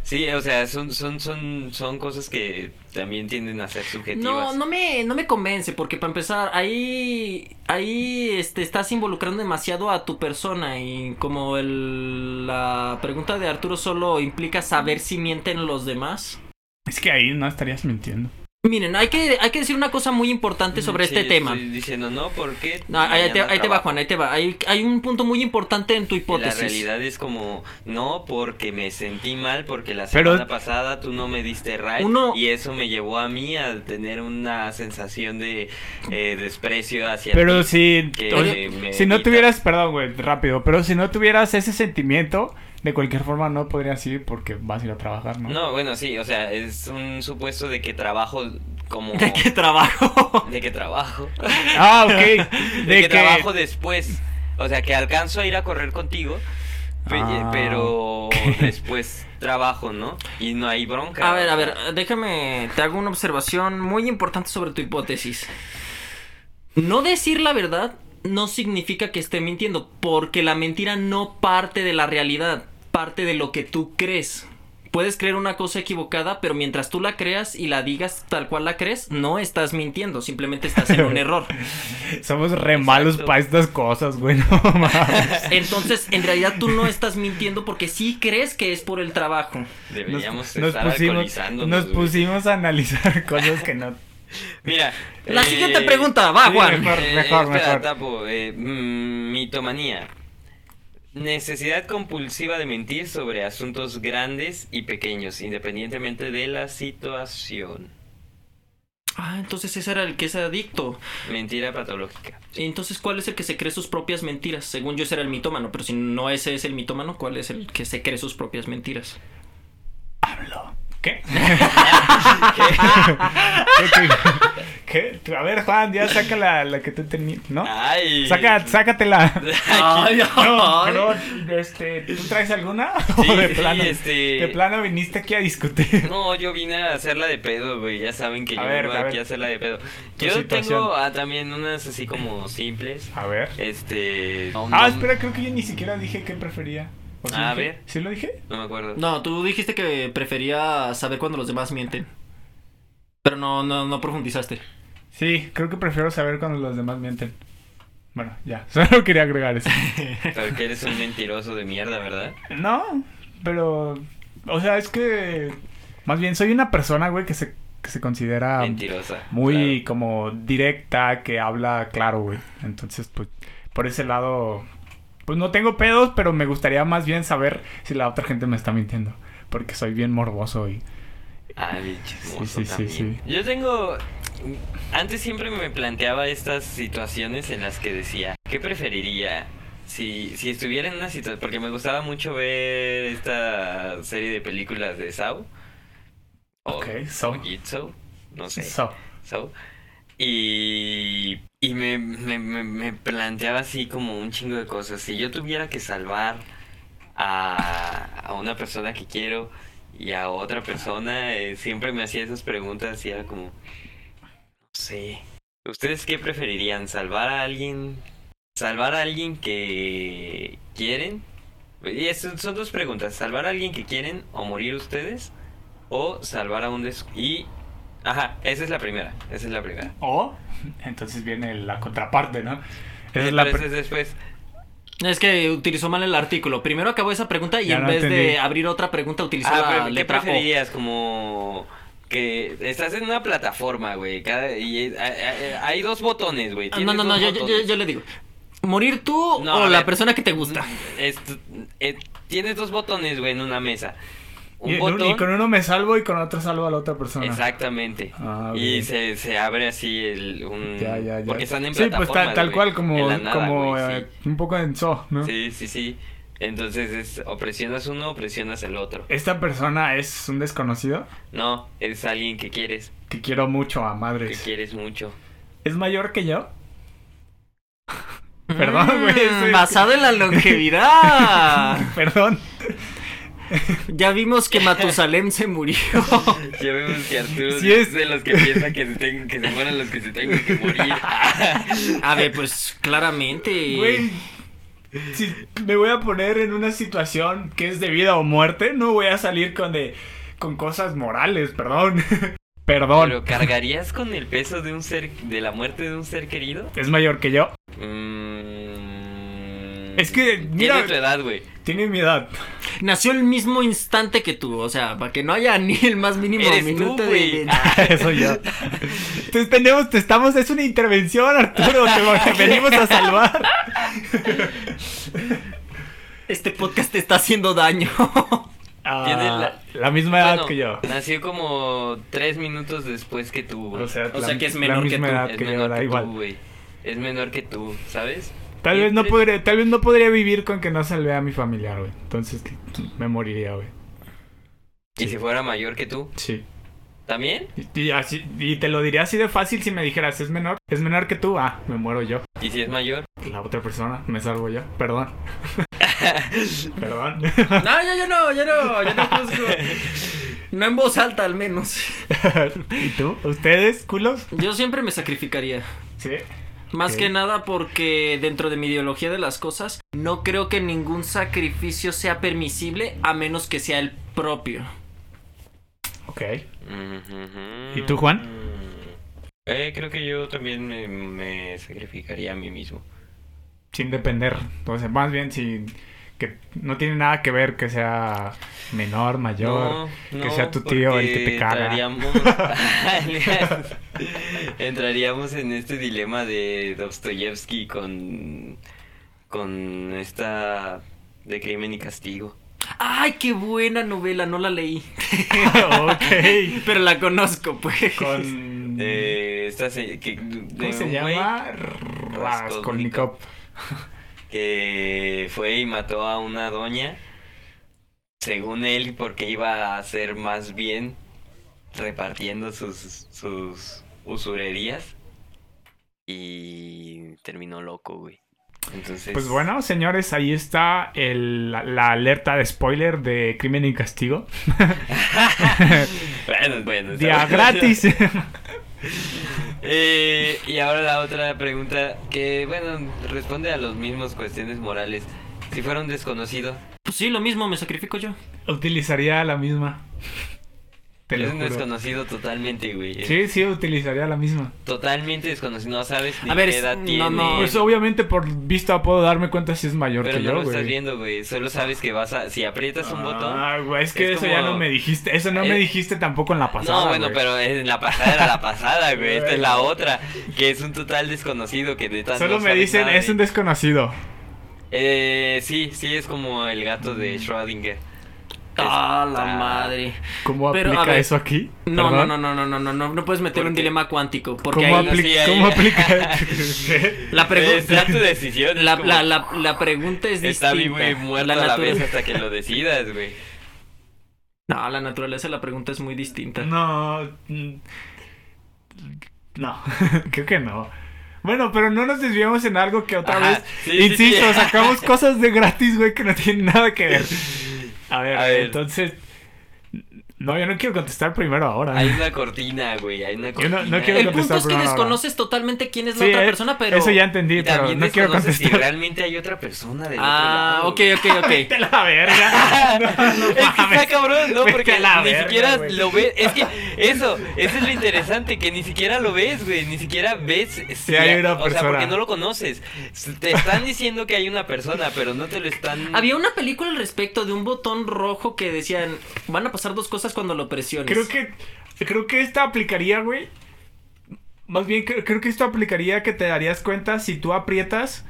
Sí, o sea, son, son, son, son cosas que también tienden a ser subjetivas.
No, no me, no me convence, porque para empezar, ahí, ahí este, estás involucrando demasiado a tu persona y como el, la pregunta de Arturo solo implica saber si mienten los demás.
Es que ahí no estarías mintiendo.
Miren, hay que, hay que decir una cosa muy importante sobre
Sí,
este tema.
Estoy diciendo, no, porque...
No, ahí, ahí te,
mañana
ahí te va,
trabajo.
Juan, ahí te va. Hay, hay un punto muy importante en tu
Y La
hipótesis.
realidad es como, no, porque me sentí mal, porque la
Pero-
semana pasada tú no me diste ride
Uno-
y eso me llevó a mí a tener una sensación de eh, desprecio hacia
Pero
ti.
si,
que
o sea,
me
si no
evita.
tuvieras, perdón, güey, rápido, pero si no tuvieras ese sentimiento, de cualquier forma no podrías ir porque vas a ir a trabajar, ¿no?
No, bueno, sí, o sea, es un supuesto de que trabajo como...
¿De qué trabajo?
de que trabajo.
Ah, ok.
De,
De
que,
que-
trabajo después. O sea, que alcanzo a ir a correr contigo, pe- eh,
Ah.
pero después trabajo, ¿no? Y no hay bronca.
A ver, a ver, déjame, te hago una observación muy importante sobre tu hipótesis. No decir la verdad no significa que esté mintiendo, porque la mentira no parte de la realidad, parte de lo que tú crees. Puedes creer una cosa equivocada, pero mientras tú la creas y la digas tal cual la crees, no estás mintiendo, simplemente estás en un error.
Somos re malos
Exacto.
para estas cosas, güey, no mames.
Entonces, en realidad tú no estás mintiendo porque sí crees que es por el trabajo.
Deberíamos
nos
estar
pusimos,
alcoholizándonos,
nos
güey.
pusimos a analizar cosas que no.
Mira.
La
eh,
siguiente pregunta, va,
sí,
Juan.
Mejor, mejor,
espera,
mejor.
Tapo, eh, mm, mitomanía. Necesidad compulsiva de mentir sobre asuntos grandes y pequeños, independientemente de la situación.
Ah, entonces ese era el que es adicto.
Mentira patológica.
Entonces, ¿cuál es el que se cree sus propias mentiras? Según yo, ese era el mitómano, pero si no ese es el mitómano, ¿cuál es el que se cree sus propias mentiras?
¿Qué? ¿Qué? ¿Qué? A ver, Juan, ya saca la, la que tú tenías, ¿no?
Ay.
Saca, sácatela.
Ay,
No,
ay.
pero, este, ¿tú traes alguna?
Sí,
¿O de
sí,
plano?
este-
De plano viniste aquí a discutir.
No, yo vine a hacerla de pedo, güey. Ya saben que
A
yo
ver,
vengo
a
aquí
ver.
a hacerla de pedo.
Tu
Yo
situación.
tengo ah, también unas así como simples.
A ver.
Este. no,
Ah,
no-
espera, creo que yo ni siquiera dije qué prefería. ¿O sí
A
dije?
ver.
¿Sí lo dije?
No me acuerdo.
No, tú dijiste que prefería saber cuando los demás mienten. Pero no, no, no profundizaste.
Sí, creo que prefiero saber cuando los demás mienten. Bueno, ya, solo quería agregar eso.
Pero que eres un mentiroso de mierda, ¿verdad?
No, pero. O sea, es que. Más bien, soy una persona, güey, que se, que se considera
Mentirosa.
Ah, muy como directa, que habla claro, güey. Entonces, pues, por ese lado. Pues no tengo pedos, pero me gustaría más bien saber si la otra gente me está mintiendo. Porque soy bien morboso y.
Ah, bien chismoso
Sí, sí, sí,
también. Yo tengo... Antes siempre me planteaba estas situaciones en las que decía, ¿qué preferiría? Si, si estuviera en una situación... Porque me gustaba mucho ver esta serie de películas de Sao. O,
Ok, Saw.
o Jitsu, no sé.
So,
So, y y me, me- me- me planteaba así como un chingo de cosas. Si yo tuviera que salvar a, a una persona que quiero y a otra persona, eh, siempre me hacía esas preguntas y era como, no sé. ¿Ustedes qué preferirían? ¿Salvar a alguien? ¿Salvar a alguien que quieren? Y es- son dos preguntas. ¿Salvar a alguien que quieren o morir ustedes? ¿O salvar a un des... y Ajá, esa es la primera, esa es la primera.
o. Entonces viene la contraparte, ¿no? Esa
Pero
es la.
esa
pre-
es después.
Es que utilizó mal el artículo. Primero acabó esa pregunta y
Ya
en
no
vez
entendí.
de abrir otra pregunta utilizó
Ah,
la
pero ¿qué
letra O.
preferirías? Como que estás en una plataforma, güey. cada- y eh, eh, hay dos botones, güey.
Ah, No,
tienes
no, no,
dos
yo, yo-
botones.
yo le digo. ¿Morir tú
No,
o
a
la
ver.
persona que te gusta?
Es- eh, tienes dos botones, güey, en una mesa. Un
y, en un-
botón.
y con uno me salvo y con otro salvo a la otra persona.
Exactamente.
Ah,
y
bien.
se, se abre así el un
Ya, ya, ya.
porque están en
Sí, pues
plataformas,
tal, tal
güey,
cual, como,
en la nada,
como
güey, sí.
eh, un poco en so, ¿no?
sí, sí, sí. Entonces es o presionas uno o presionas el otro.
Esta persona es un desconocido
No, es alguien que quieres,
que quiero mucho a
que
madres.
quieres mucho.
¿Es mayor que yo? Perdón, güey,
Mm,
sí.
basado en la longevidad.
Perdón.
ya vimos que Matusalem se murió.
Ya vemos que Arturo
Sí es.
es de los que piensa que se, tengan- que se mueran los que se tengan que morir. Ah,
A ver, pues claramente.
Güey, si me voy a poner en una situación que es de vida o muerte, no voy a salir con de con cosas morales, perdón. perdón.
Pero ¿cargarías con el peso de un ser, de la muerte de un ser querido?
¿Es mayor que yo?
Mm,
Es que, mira-
Tiene tu edad, güey.
Tiene mi edad.
Nació el mismo instante que tú. O sea, para que no haya ni el más mínimo
Eres tú,
minuto de-
güey.
de.
Eso yo. Entonces tenemos, te estamos, es una intervención, Arturo, te, te venimos a salvar.
Este podcast te está haciendo daño.
Ah,
Tiene la-
misma edad
Bueno,
que yo.
Nació como tres minutos después que tú, güey.
O sea,
o
la-
sea que es
la
menor que
misma
tú,
edad
es
que yo,
menor
da
que
igual.
tú, güey. Es menor que tú, ¿sabes?
Tal
Y
vez no
tres-
podría, tal vez no podría vivir con que no salvé a mi familiar, güey. Entonces me moriría, güey.
Y si fuera mayor que tú,
Sí.
¿también?
Y, y así, y te lo diría así de fácil si me dijeras, es menor, es menor que tú, ah, me muero yo.
¿Y si es mayor?
La otra persona, me salvo yo. Perdón. Perdón.
No, yo, yo no, yo no, yo no juzgo. No en voz alta, al menos.
¿Y tú? ¿Ustedes, culos?
Yo siempre me sacrificaría.
Sí.
Más
Ok.
que nada porque dentro de mi ideología de las cosas, no creo que ningún sacrificio sea permisible a menos que sea el propio.
Ok.
Ujú.
¿Y tú, Juan?
Eh, creo que yo también me, me sacrificaría a mí mismo.
Sin depender. Entonces, más bien sin que no tiene nada que ver que sea menor, mayor. que sea tu tío el que te
porque
caga.
Entraríamos, entraríamos en este dilema de Dostoyevsky con, con esta de Crimen y Castigo.
Ay, qué buena novela, no la leí.
ok.
Pero la conozco, pues.
Con.
De esta se- que, de
Mm. ¿Cómo se
un güey
llama? Raskolnikov.
Que fue y mató a una doña. Según él, porque iba a hacer más bien repartiendo sus, sus usurerías. Y terminó loco, güey. Entonces.
Pues bueno, señores, ahí está el- la, la alerta de spoiler de Crimen y Castigo.
bueno, bueno, está
Día
bueno.
gratis.
Eh, y ahora la otra pregunta que, bueno, responde a los mismos cuestiones morales. Si fuera un desconocido,
Pues sí, lo mismo, me sacrifico yo.
utilizaría la misma. Te lo
es un
juro.
desconocido totalmente, güey.
Sí, sí, utilizaría la misma.
Totalmente desconocido, no sabes ni
A ver,
qué
es-
edad
no,
tiene.
no,
Pues obviamente por vista puedo darme cuenta si es mayor
pero
que
no lo
yo,
estás
güey.
viendo, güey. Solo sabes que vas a. Si aprietas un botón.
Ah, güey, es que
Es
eso ya
como-
no me dijiste. Eso no me
Eh,
dijiste tampoco en la pasada.
no, bueno,
güey.
pero en la pasada era la pasada, güey. Esta es la otra. Que es un total desconocido que de tanto
Solo me dicen, es un desconocido.
Eh, sí, sí, es como el gato
Mm.
de Schrödinger.
Ah,
Está-
la madre.
¿Cómo
Pero, a
aplica
ver,
eso aquí?
No, no,
Perdón.
no, no, no, no, no, no, no puedes meter
¿Por
un
qué?
dilema cuántico. Porque
¿Cómo,
ahí
apli-
sí, ahí-
¿cómo aplica? ¿Qué?
la, pregu-
Es tu decisión. es
la,
como-
la, la, la pregunta es
Está
distinta.
vivo y muerto
la
a la
natura-
vez hasta que lo decidas, güey.
No, la naturaleza de la pregunta es muy distinta.
No. mm, No, creo que no. Bueno, pero no nos desviamos en algo que otra
Ajá,
vez.
sí, sí,
insisto,
sí.
sacamos cosas de gratis, güey, que no tienen nada que ver. A ver,
A ver.
entonces. No, yo no quiero contestar primero ahora.
Hay una cortina, güey. Hay una
Ah. Yo
cortina.
no- no quiero
El punto
contestar
es que
primero ahora.
desconoces totalmente quién es la
Sí,
otra
eh,
persona, pero.
Eso ya entendí,
Y
pero
también
no quiero
desconoces si
contestar.
realmente hay otra persona del
Ah, ok,
otro lado,
ok, ok.
Vete a la verga. No, no
Ah, Es que
mames.
está cabrón, ¿no?
Vete
Porque
a la
ni
verga,
siquiera
güey.
lo ves. Es que eso, eso es lo interesante, que ni siquiera lo ves, güey. Ni siquiera ves
Si hay una
O sea, porque
persona.
no lo conoces. Te están diciendo que hay una persona, pero no te lo están.
Había una película al respecto de un botón rojo que decían, van a pasar dos cosas cuando lo presiones.
Creo que, creo que esta aplicaría, güey. Más bien, creo, creo que esto aplicaría que te darías cuenta si tú aprietas.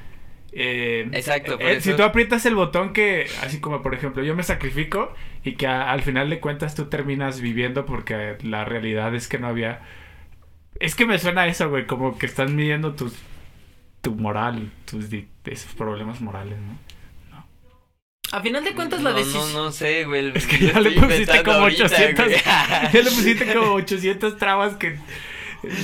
eh,
Exacto, por
eh, Si
eso.
tú aprietas el botón que, así como por ejemplo, yo me sacrifico y que a- al final de cuentas tú terminas viviendo porque la realidad es que no había. Es que me suena a eso, güey, como que estás midiendo tus. tu moral, tus di- esos problemas morales, ¿no?
A final de cuentas la
No,
decisión...
No, no sé, güey.
Es que ya
Lo
le
estoy
pusiste
inventando
como
ahorita,
800.
güey.
Ya le pusiste como 800 trabas que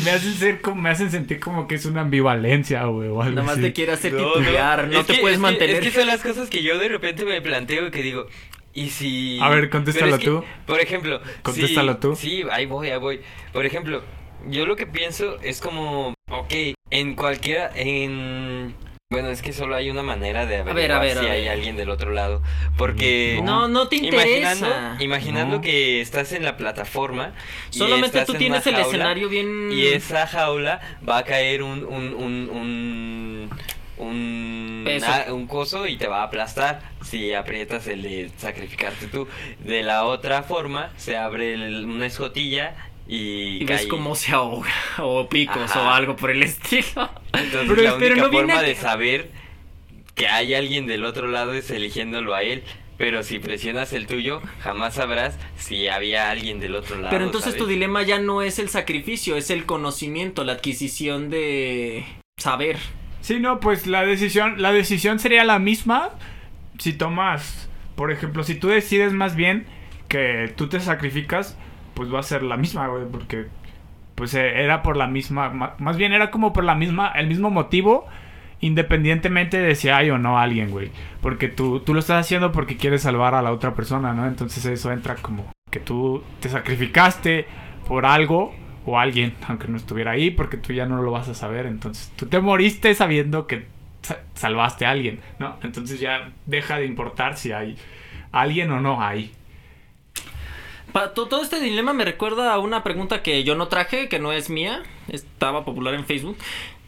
me hacen, ser como, me hacen sentir como que es una ambivalencia, güey, o algo
Nada más
así.
te quiere hacer
No,
titubear, no,
Es
te
que-
puedes
es que-
mantener.
es que son las cosas que yo de repente me planteo y que digo, ¿y si...?
A ver,
Pero
contéstalo
es que,
tú.
Por ejemplo...
Contéstalo
sí,
tú.
Sí, ahí voy, ahí voy. Por ejemplo, yo lo que pienso es como, ok, en cualquiera, en... Bueno, es que solo hay una manera de
ver,
averiguar
a ver,
si
a
hay
ver.
alguien del otro lado. Porque...
No, no te
Imaginando,
interesa.
imaginando
No.
que estás en la plataforma. y
Solamente
estás
tú
en
tienes
una
el
jaula,
escenario bien...
y esa jaula va a caer un un un un un,
Peso.
ah, un coso y te va a aplastar si aprietas el de sacrificarte tú. De la otra forma se abre el- una escotilla y,
Y ves
cae.
cómo se ahoga, o picos,
Ajá.
o algo por el estilo.
Entonces
Pero-
la
pero
única
no viene
forma
a-
de saber que hay alguien del otro lado es eligiéndolo a él. Pero si presionas el tuyo, jamás sabrás si había alguien del otro lado.
Pero entonces tu
¿sabes?
dilema ya no es el sacrificio, es el conocimiento, la adquisición de saber.
Sí, no, pues la decisión, la decisión sería la misma si tomas, por ejemplo, si tú decides más bien que tú te sacrificas, pues va a ser la misma, güey, porque pues eh, era por la misma, ma- más bien era como por la misma, el mismo motivo, independientemente de si hay o no alguien, güey, porque tú, tú lo estás haciendo porque quieres salvar a la otra persona, ¿no? Entonces eso entra como que tú te sacrificaste por algo o alguien, aunque no estuviera ahí, porque tú ya no lo vas a saber, entonces tú te moriste sabiendo que sa- salvaste a alguien, ¿no? Entonces ya deja de importar si hay alguien o no hay.
Pa- to- todo este dilema me recuerda a una pregunta que yo no traje, que no es mía, estaba popular en Facebook,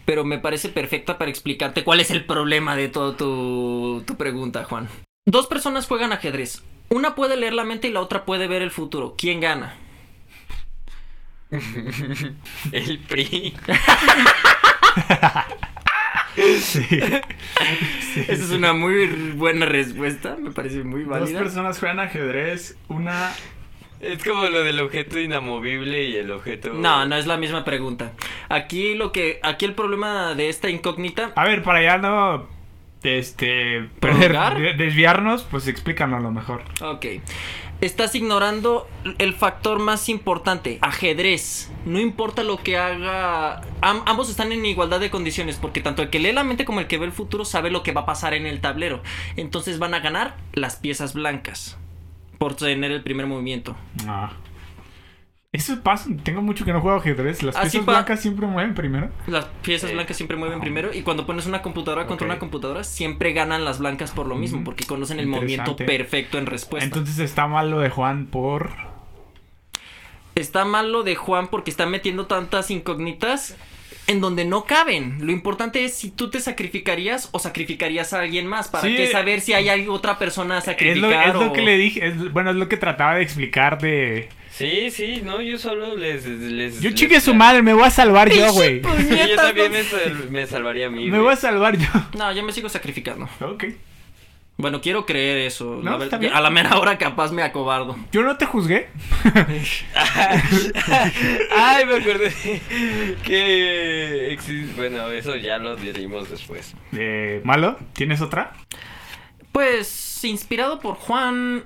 pero me parece perfecta para explicarte cuál es el problema de todo tu, tu pregunta, Juan. Dos personas juegan ajedrez. Una puede leer la mente y la otra puede ver el futuro. ¿Quién gana?
El PRI.
Sí.
Esa es una muy buena respuesta, me parece muy
Dos
válida.
personas juegan ajedrez, una...
Es como lo del objeto inamovible y el objeto.
No, no es la misma pregunta. Aquí lo que, aquí el problema de esta incógnita,
A ver, para allá no... Este...
¿Prolongar?
de- desviarnos, pues explícanos lo mejor.
ok, estás ignorando el factor más importante, ajedrez. No importa lo que haga, am- ambos están en igualdad de condiciones, porque tanto el que lee la mente como el que ve el futuro sabe lo que va a pasar en el tablero. Entonces van a ganar las piezas blancas por tener el primer movimiento.
No. Eso pasa, tengo mucho que no juego ajedrez. Las
Así
piezas
Ah, pa-
blancas siempre mueven primero.
Las piezas
Eh,
blancas siempre mueven
ah.
primero y cuando pones una computadora contra
Ok.
una computadora siempre ganan las blancas por lo mismo
Mm,
porque conocen el movimiento
interesante.
perfecto en respuesta.
Entonces está mal lo de Juan por...
Está mal lo de Juan porque está metiendo tantas incógnitas en donde no caben. Lo importante es si tú te sacrificarías o sacrificarías a alguien más para
Sí.
que saber si hay algo- otra persona a
Es lo,
sacrificar.
es lo
o-
que le dije, es- bueno, es lo que trataba de explicar de...
Sí, sí, no, yo solo les. les
Yo
les-
chingue
este
su madre, me voy a salvar yo, güey.
Sí, yo
Puñetas,
también
no-
me, sal- me salvaría a mí.
Me
güey.
voy a salvar yo.
No, yo me sigo sacrificando.
Ok.
Bueno, quiero creer eso.
No,
la ver-
está bien.
a la mera hora capaz me acobardo.
Yo no te juzgué.
Ay, me acordé que existe. Bueno, eso ya lo dirimos después.
Eh, Malo, ¿tienes otra?
Pues inspirado por Juan,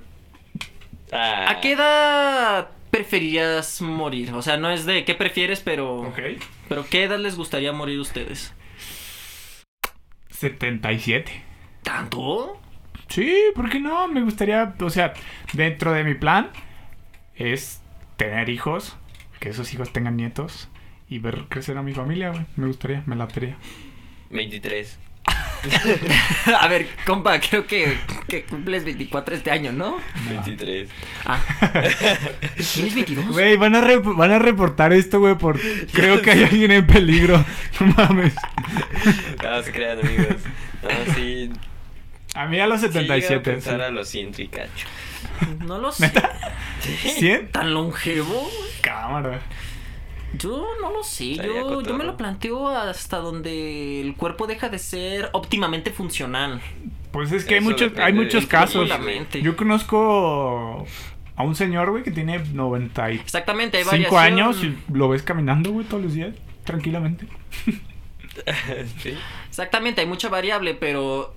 Ah,
¿A qué edad preferirías morir? O sea, no es de qué prefieres, pero. Pero ¿qué edad les gustaría morir ustedes?
77.
¿Tanto?
Sí, ¿por qué no? Me gustaría, o sea, dentro de mi plan es tener hijos, que esos hijos tengan nietos y ver crecer a mi familia, güey. Me gustaría, me latería.
23.
Ah.
A ver, compa, creo que, que cumples 24 este año, ¿no?
23.
Ah. ¿Tienes 22?
Güey, van a, rep- van a reportar esto, güey, por... Creo que hay alguien en peligro. No mames.
No se crean, amigos. No, sí.
A mí a los
sí llego a
77.
pensar a los ciento y cacho.
No lo sé.
¿Cien?
¿Tan longevo?
Cámara.
Yo no lo sé.
Estaría
Yo, yo me
cotorro.
lo planteo hasta donde el cuerpo deja de ser óptimamente funcional.
Pues es que hay
Eso
muchos, hay
depende
muchos
del
casos.
cuerpo y la mente.
Yo conozco a un señor, güey, que tiene 95
Exactamente, hay variación.
años y lo ves caminando, güey, todos los días, tranquilamente.
Sí.
Exactamente, hay mucha variable, pero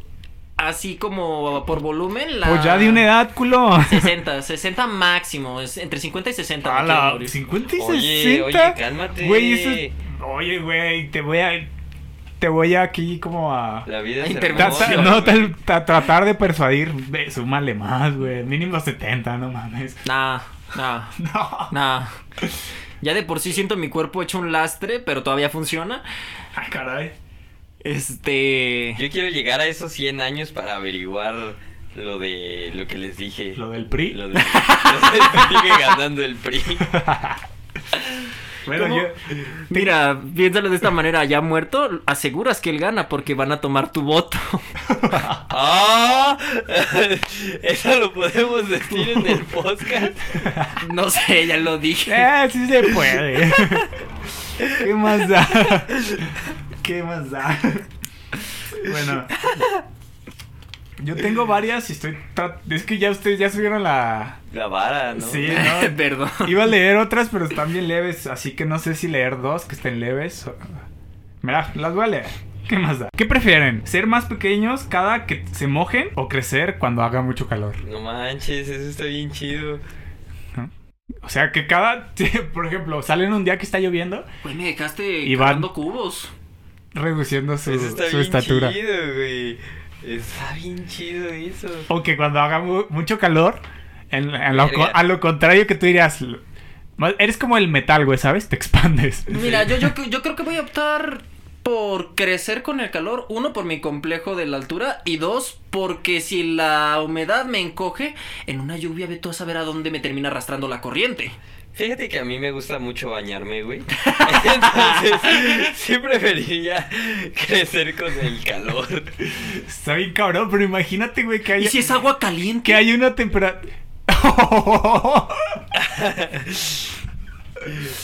así como por volumen, la...
Pues ya de una edad, culo.
60, 60 máximo, es entre 50 y 60.
A
me quiero
la
morir.
50 y
Oye,
60.
oye, cálmate.
Güey, eso es- Oye, güey, te voy a. Te voy aquí como a.
La vida es
Intervención.
Ta- ta-
hermosa.
no,
güey.
tal- ta- tratar de persuadir. Ve, súmale más, güey. Mínimo 70, no mames.
Nah, nah,
No.
nah. Ya de por sí siento mi cuerpo hecho un lastre, pero todavía funciona.
Ah, caray.
Este...
Yo quiero llegar a esos 100 años para averiguar lo de lo que les dije.
Lo del PRI.
Lo de- sigue ganando el PRI.
Bueno,
¿Cómo?
yo.
Mira, piénsalo de esta manera, ya muerto, aseguras que él gana porque van a tomar tu voto.
¡Ah! Eso lo podemos decir en el podcast.
No sé, ya lo dije.
Eh, sí se puede. ¿Qué más da? ¿Qué más da? Bueno. Yo tengo varias y estoy... tra- Es que ya ustedes ya subieron la...
La vara, ¿no?
Sí, Eh, ¿no?
Perdón.
Iba a leer otras, pero están bien leves, así que no sé si leer dos que estén leves. o- Mira, las voy a leer. ¿Qué más da? ¿Qué prefieren? ¿Ser más pequeños cada que se mojen o crecer cuando haga mucho calor?
No manches, eso está bien chido.
O sea, que cada... Por ejemplo, salen un día que está lloviendo,
Güey, me dejaste
Iván.
cavando cubos.
reduciendo su,
eso está
su
bien
estatura.
chido, güey. Está bien chido eso.
O que cuando haga mu- mucho calor, en, en lo
Verga.
co- a lo contrario que tú dirías, l- más- eres como el metal, güey, ¿sabes? Te expandes.
Mira, yo, yo, yo creo que voy a optar por crecer con el calor. Uno, por mi complejo de la altura. Y dos, porque si la humedad me encoge, en una lluvia ve tú a saber a dónde me termina arrastrando la corriente.
Fíjate que a mí me gusta mucho bañarme, güey. Entonces, sí preferiría crecer con el calor.
Está bien cabrón, pero imagínate, güey, que hay,
¿Y si es agua caliente?
que hay una temperatura...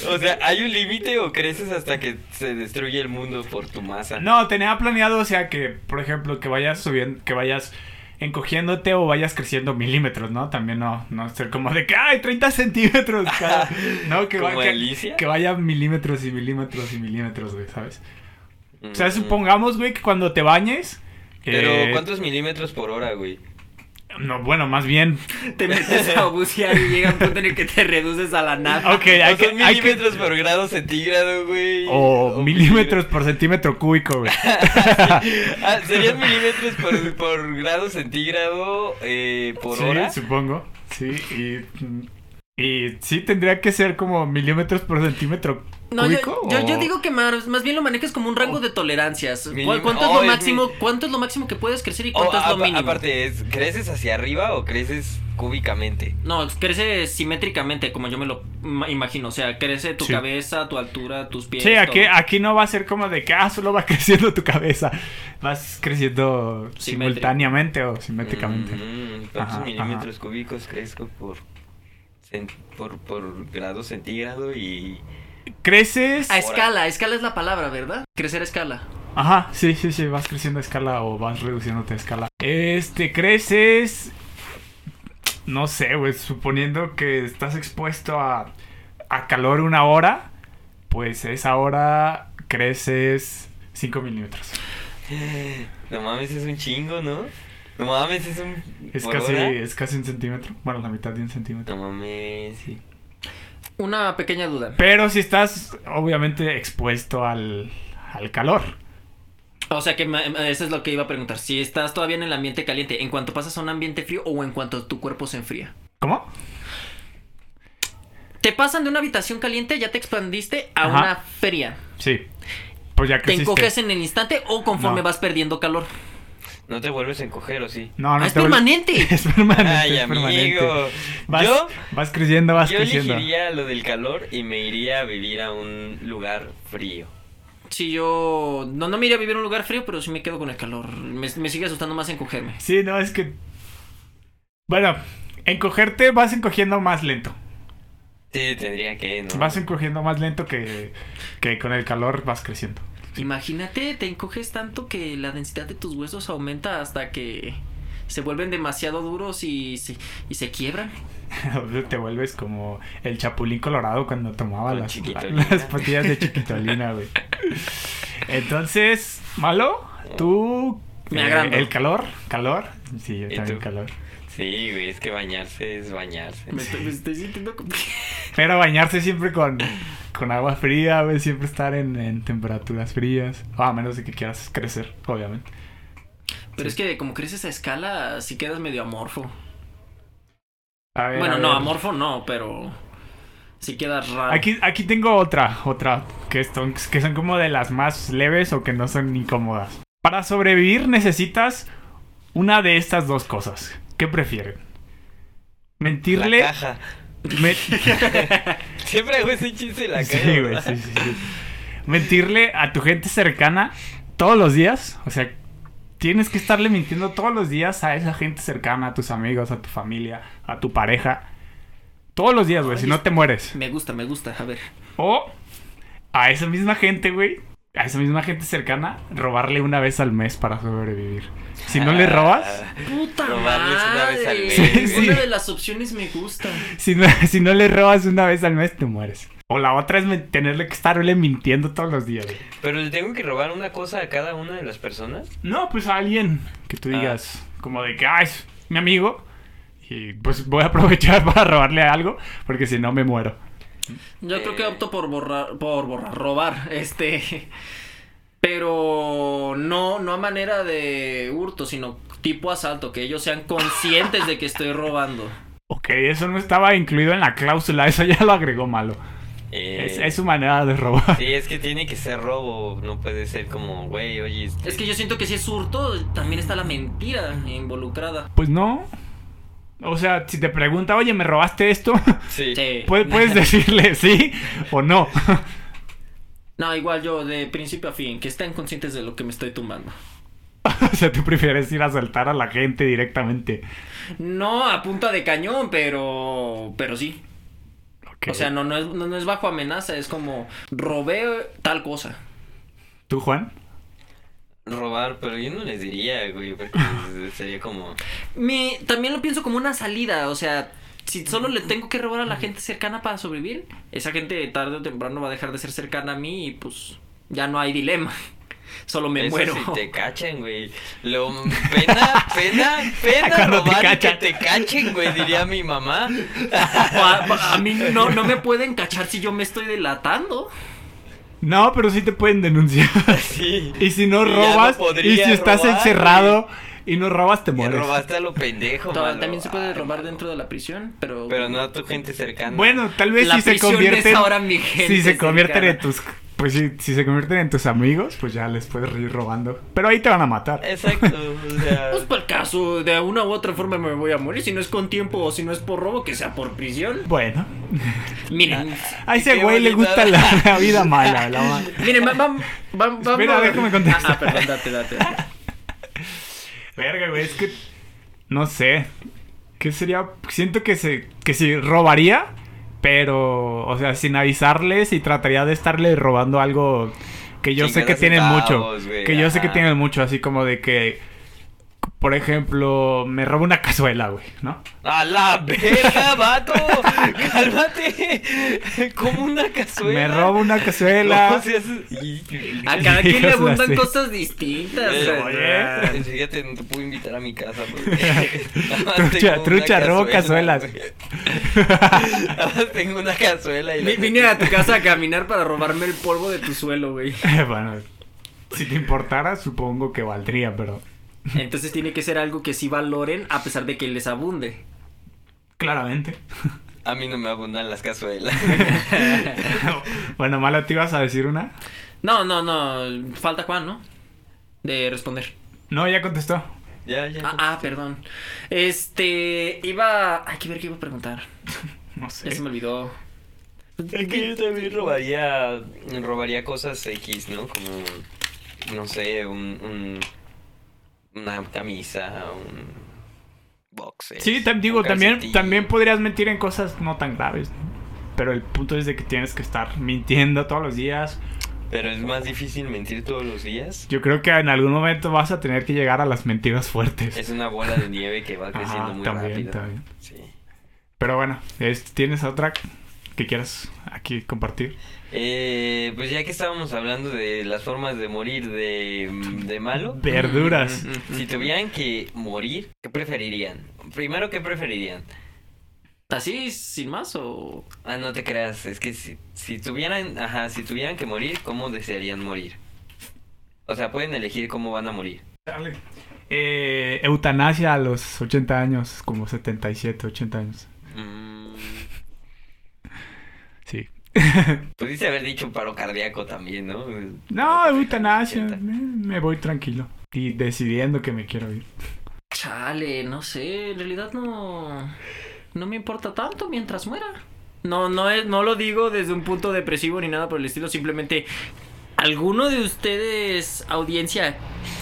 O sea, ¿hay un límite o creces hasta que se destruye el mundo por tu masa?
No, tenía planeado, o sea, que, por ejemplo, que vayas subiendo, que vayas encogiéndote o vayas creciendo milímetros, ¿no? También no, no ser como de que, ¡ay, 30 centímetros! cada-". no, que, va-
¿Como
que-
Alicia?
que vaya milímetros y milímetros y milímetros, güey, ¿sabes? O sea,
Mm.
supongamos, güey, que cuando te bañes...
Pero,
eh,
¿cuántos milímetros por hora, güey?
No, bueno, más bien...
Te metes a bucear y llega un punto en el que te reduces a la nada.
Ok, hay
No
que...
son
hay que-
milímetros por grado centígrado, güey.
O milímetros por centímetro cúbico, güey.
Ah, Serían milímetros por, por grado centígrado eh, por
sí,
hora.
supongo. Sí, y... Y sí tendría que ser como milímetros por centímetro
No, yo,
cúbico.
yo, yo
o-
digo que más, más bien lo manejes como un rango de tolerancias. ¿Cuál-
Mínimo.
¿Cuánto es
Oh,
lo
es
máximo? ¿Cuánto es lo máximo que puedes crecer y
O,
cuánto es lo
apa-
mínimo?
aparte, es, ¿creces hacia arriba o creces cúbicamente?
No, crece simétricamente, como yo me lo ma- imagino. O sea, crece tu
Sí.
cabeza, tu altura, tus pies.
Sí, aquí,
todo.
aquí no va a ser como de que ah, solo va creciendo tu cabeza. Vas creciendo
Simétrico.
simultáneamente o simétricamente.
Mm, ¿Cuántos
Ajá,
milímetros cúbicos crezco por, cen- por, por grado centígrado y...
Creces.
A escala, a escala es la palabra, ¿verdad? Crecer a escala.
Ajá, sí, sí, sí, vas creciendo a escala o vas reduciéndote a escala. Este, creces. No sé, güey, suponiendo que estás expuesto a, a calor una hora, pues esa hora creces 5 milímetros.
No mames, es un chingo, ¿no? No mames, es un...
Es
por
casi,
hora.
es casi un centímetro. Bueno, la mitad de un centímetro.
No mames, sí.
Una pequeña duda.
Pero si estás obviamente expuesto al, al calor.
O sea que ma- ma- eso es lo que iba a preguntar. Si estás todavía en el ambiente caliente, ¿en cuanto pasas a un ambiente frío o en cuanto tu cuerpo se enfría?
¿Cómo?
Te pasan de una habitación caliente, ya te expandiste a
Ajá.
una fría.
Sí. Pues ya
¿Te
creciste.
encoges en el instante o conforme
No.
vas perdiendo calor?
No te vuelves a encoger, ¿o sí?
No, no
Ah, es
te vuel-
permanente.
Es permanente.
Ay,
es permanente.
amigo.
Vas,
Yo,
vas creciendo, vas
yo
creciendo.
elegiría lo del calor y me iría a vivir a un lugar frío.
Si yo. No, no me iría a vivir en un lugar frío, pero sí me quedo con el calor. Me, me sigue asustando más encogerme.
Sí, no, es que. Bueno, encogerte vas encogiendo más lento.
Sí, tendría que, ¿no?
Vas encogiendo más lento que, que con el calor vas creciendo.
Imagínate, te encoges tanto que la densidad de tus huesos aumenta hasta que se vuelven demasiado duros y se, y se quiebran.
Te vuelves como el chapulín colorado cuando tomaba
Con
las,
chiquitolina.
las pastillas de chiquitolina, güey. Entonces, malo, tú.
Me
eh,
agrando.
El calor, calor. Sí, yo
¿Y
también
tú?
calor.
Sí, güey, es que bañarse es bañarse.
Me estoy, me estoy sintiendo como.
Pero bañarse siempre con, con agua fría, güey. Siempre estar en, en temperaturas frías. A menos de que quieras crecer, obviamente.
Pero es que como creces a escala, si quedas medio amorfo.
A ver,
Bueno,
a
no,
ver.
amorfo no, pero. Si quedas raro.
Aquí, aquí tengo otra, otra, que son, que son como de las más leves o que no son incómodas. Para sobrevivir necesitas una de estas dos cosas. ¿Qué prefieren? Mentirle.
La caja.
me-
Siempre hago ese chiste de la caja.
Sí, güey, sí, sí, sí. Mentirle a tu gente cercana todos los días. O sea, tienes que estarle mintiendo todos los días a esa gente cercana, a tus amigos, a tu familia, a tu pareja. Todos los días, güey, si
Oye,
no te mueres.
Me gusta, me gusta. A ver.
O a esa misma gente, güey. A esa misma gente cercana, robarle una vez al mes para sobrevivir. Si no
Ah.
le robas,
¡Puta
Robarles una vez al
madre!
mes,
Sí, güey.
Una
sí.
de las opciones me gusta.
si no, si no le robas una vez al mes, te mueres. O la otra es men- tenerle que estarle mintiendo todos los días, güey.
Pero le tengo que robar una cosa a cada una de las personas.
No, pues a alguien que tú
Ah.
digas, como de que, ah, es mi amigo. Y pues voy a aprovechar para robarle algo, porque si no me muero.
Yo creo que
Eh.
opto por borrar, por borrar, robar, este. Pero no, no a manera de hurto, sino tipo asalto, que ellos sean conscientes de que estoy robando.
Ok, eso no estaba incluido en la cláusula, eso ya lo agregó malo.
Eh,
Es, es su manera de robar.
Sí, es que tiene que ser robo. No puede ser como, güey, oye. este-
Es que yo siento que si es hurto, también está la mentira involucrada.
Pues no. O sea, si te pregunta, oye, ¿me robaste esto?
Sí.
Sí.
Puedes, puedes decirle sí o no.
No, igual yo, de principio a fin, que estén conscientes de lo que me estoy tumbando.
O sea, tú prefieres ir a asaltar a la gente directamente.
No a punta de cañón, pero. pero sí.
Ok.
O sea, no, no, es, no, no es bajo amenaza, es como robé tal cosa.
¿Tú, Juan?
Robar, pero yo no les diría, güey, porque sería como...
Mi, también lo pienso como una salida, o sea, si solo le tengo que robar a la gente cercana para sobrevivir, esa gente tarde o temprano va a dejar de ser cercana a mí y pues ya no hay dilema. Solo me
eso
muero.
Si te cachan, güey. Lo, pena, pena, pena
Cuando te
robar y que
cachan.
te cachen, güey, diría mi mamá.
O A, a mí no, no me pueden cachar si yo me estoy delatando.
No, pero sí te pueden denunciar.
Sí.
Y si no
ya
robas,
podría
y si estás
robar,
encerrado y no robas, te
güey. Ya
mueres.
robaste a lo pendejo,
Ta-
mano.
También se puede
Ay,
robar
mano.
dentro de la prisión, pero...
Pero no a tu gente cercana.
Bueno, tal vez
La
si se
prisión es
convierten.
ahora mi gente
si se convierten
cercana.
en tus. Pues si, si se convierten en tus amigos, pues ya les puedes ir robando. Pero ahí te van a matar.
Exacto, o sea...
Pues por el caso, de una u otra forma me voy a morir, si no es con tiempo o si no es por robo, que sea por prisión.
Bueno.
Miren,
A ese
Qué
güey le gusta
bonita
la, la vida mala. la ma-
miren, va- vam- vam- vamos...
Espera, déjame contestar.
Ah, ah, perdón, date, date. date.
Verga, güey, es que. No sé. ¿Qué sería? Siento que se. que si robaría. Pero. O sea, sin avisarles y trataría de estarle robando algo. Que yo sé que
Cincuenta
tienen mucho.
centavos, güey,
Que yo sé que
ajá.
tienen mucho, así como de que. Por ejemplo, me robo una cazuela, güey, ¿no?
¡A la verga, vato! ¡Cálmate! Como una cazuela.
Me robo una
No,
cazuela.
si haces- Y-
A cada quien le
Hijos
abundan
así.
cosas distintas.
Eh,
o sea,
oye, Fíjate, no te puedo invitar a mi casa. porque- Nada más
Trucha,
tengo una
trucha, robo
cazuela,
cazuelas.
güey. Nada más tengo una cazuela y la
vi- Vine a tu casa a caminar para robarme el polvo de tu suelo, güey.
bueno, si te importara, supongo que valdría, pero.
Entonces tiene que ser algo que sí valoren a pesar de que les abunde.
Claramente.
A mí no me abundan las cazuelas.
bueno, mala, ¿te ibas a decir una?
No, no, no. Falta Juan, ¿no? De responder.
No, ya contestó.
ya, ya.
Ah, ah, perdón. Este. Iba. Hay que ver qué iba a preguntar.
No
Ya se
sé.
me olvidó.
Es que yo también robaría, robaría cosas X, ¿no? Como, no sé, un, un- una camisa, un eh, boxer.
Sí, tam- digo, también, también podrías mentir en cosas no tan graves. ¿no? Pero el punto es de que tienes que estar mintiendo todos los días.
Pero es más difícil mentir todos los días.
Yo creo que en algún momento vas a tener que llegar a las mentiras fuertes.
Es una bola de nieve que va
Ajá,
creciendo muy
también,
rápido.
también.
Sí.
Pero bueno, es- ¿tienes otra que quieras aquí compartir?
Eh, pues ya que estábamos hablando de las formas de morir de, de malo, Mm,
Verduras.
si tuvieran que morir, ¿qué preferirían? Primero, ¿qué preferirían?
¿Así, sin más o.?
Ah, no te creas, es que si, si tuvieran, ajá, si tuvieran que morir, ¿cómo desearían morir? O sea, pueden elegir cómo van a morir.
Dale. Eh, eutanasia a los 80 años, como 77, 80 años.
Mm,
Sí.
pudiste haber dicho paro cardíaco también, ¿no?
No, eutanasia. Me, me voy tranquilo. Y decidiendo que me quiero ir.
Chale, no sé. En realidad no. No me importa tanto mientras muera. No, no, es, no lo digo desde un punto depresivo ni nada por el estilo. Simplemente. ¿Alguno de ustedes, audiencia,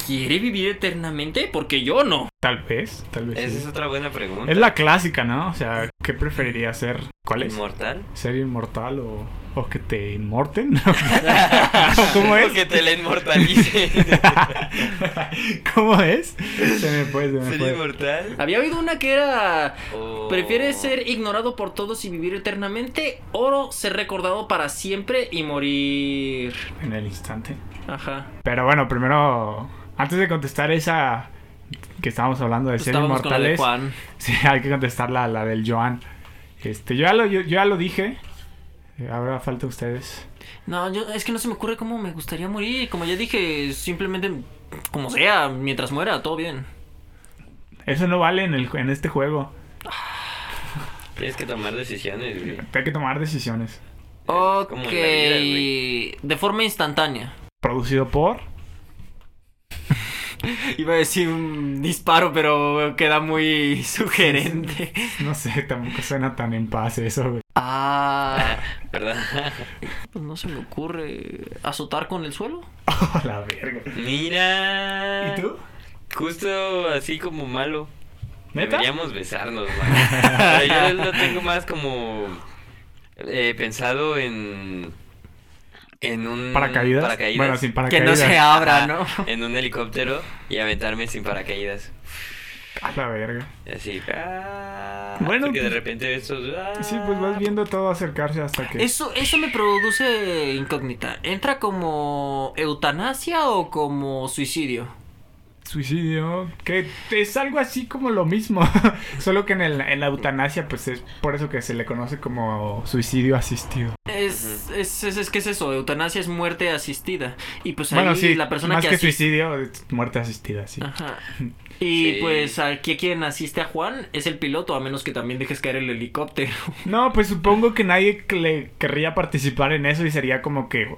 quiere vivir eternamente? Porque yo no.
Tal vez, tal vez.
Esa
sí.
es otra buena pregunta.
Es la clásica, ¿no? O sea, ¿qué preferiría ser? ¿Cuál es?
¿Inmortal?
¿Ser inmortal o, o que te inmorten? ¿Cómo es?
O que te la inmortalice.
¿Cómo es? Se me fue, se me
¿Ser
fue.
inmortal?
Había oído una que era.
O-
¿Prefieres ser ignorado por todos y vivir eternamente o ser recordado para siempre y morir?
En el instante.
Ajá.
Pero bueno, primero, antes de contestar esa que estábamos hablando de
Pues
ser
estábamos con la de
inmortales,
Juan.
sí, hay que contestar la, la del Joan. Este, yo ya lo, yo, yo ya lo dije. Eh, Ahora falta ustedes.
No, yo, es que no se me ocurre cómo me gustaría morir. Como ya dije, simplemente como sea, mientras muera, todo bien.
Eso no vale en, el, en este juego.
Tienes que tomar decisiones, güey.
Hay que tomar decisiones.
Ok.
como en la vida, güey.
de forma instantánea.
Producido por...
Iba a decir un disparo, pero queda muy sugerente.
No sé, tampoco suena tan en paz eso, güey.
Ah,
¿Verdad?
pues no se me ocurre azotar con el suelo.
Oh, la verga.
Mira.
Ah.
¿Y tú?
Justo así como malo.
¿Neta?
Deberíamos besarnos, man. Pero yo lo tengo más como eh, pensado en. En un.
Paracaídas. Bueno, sin
Que
paracaídas.
no se abra, ¿no?
En un helicóptero y aventarme sin paracaídas.
A la verga.
Y Así. ah,
Bueno,
Porque de
pues-
repente estos. ah,
Sí, pues vas viendo todo acercarse hasta que.
Eso, eso me produce incógnita. ¿Entra como eutanasia o como suicidio?
Suicidio. Que es algo así como lo mismo. Solo que en, el, en la eutanasia, pues es por eso que se le conoce como suicidio asistido.
Es, es, es, es que es eso, eutanasia es muerte asistida. Y pues ahí
bueno, sí,
la persona
más
que,
que,
asiste.
suicidio, es muerte asistida, sí.
Ajá. Y
Sí.
pues aquí quien asiste a Juan es el piloto, a menos que también dejes caer el helicóptero.
No, pues supongo que nadie que le querría participar en eso y sería como que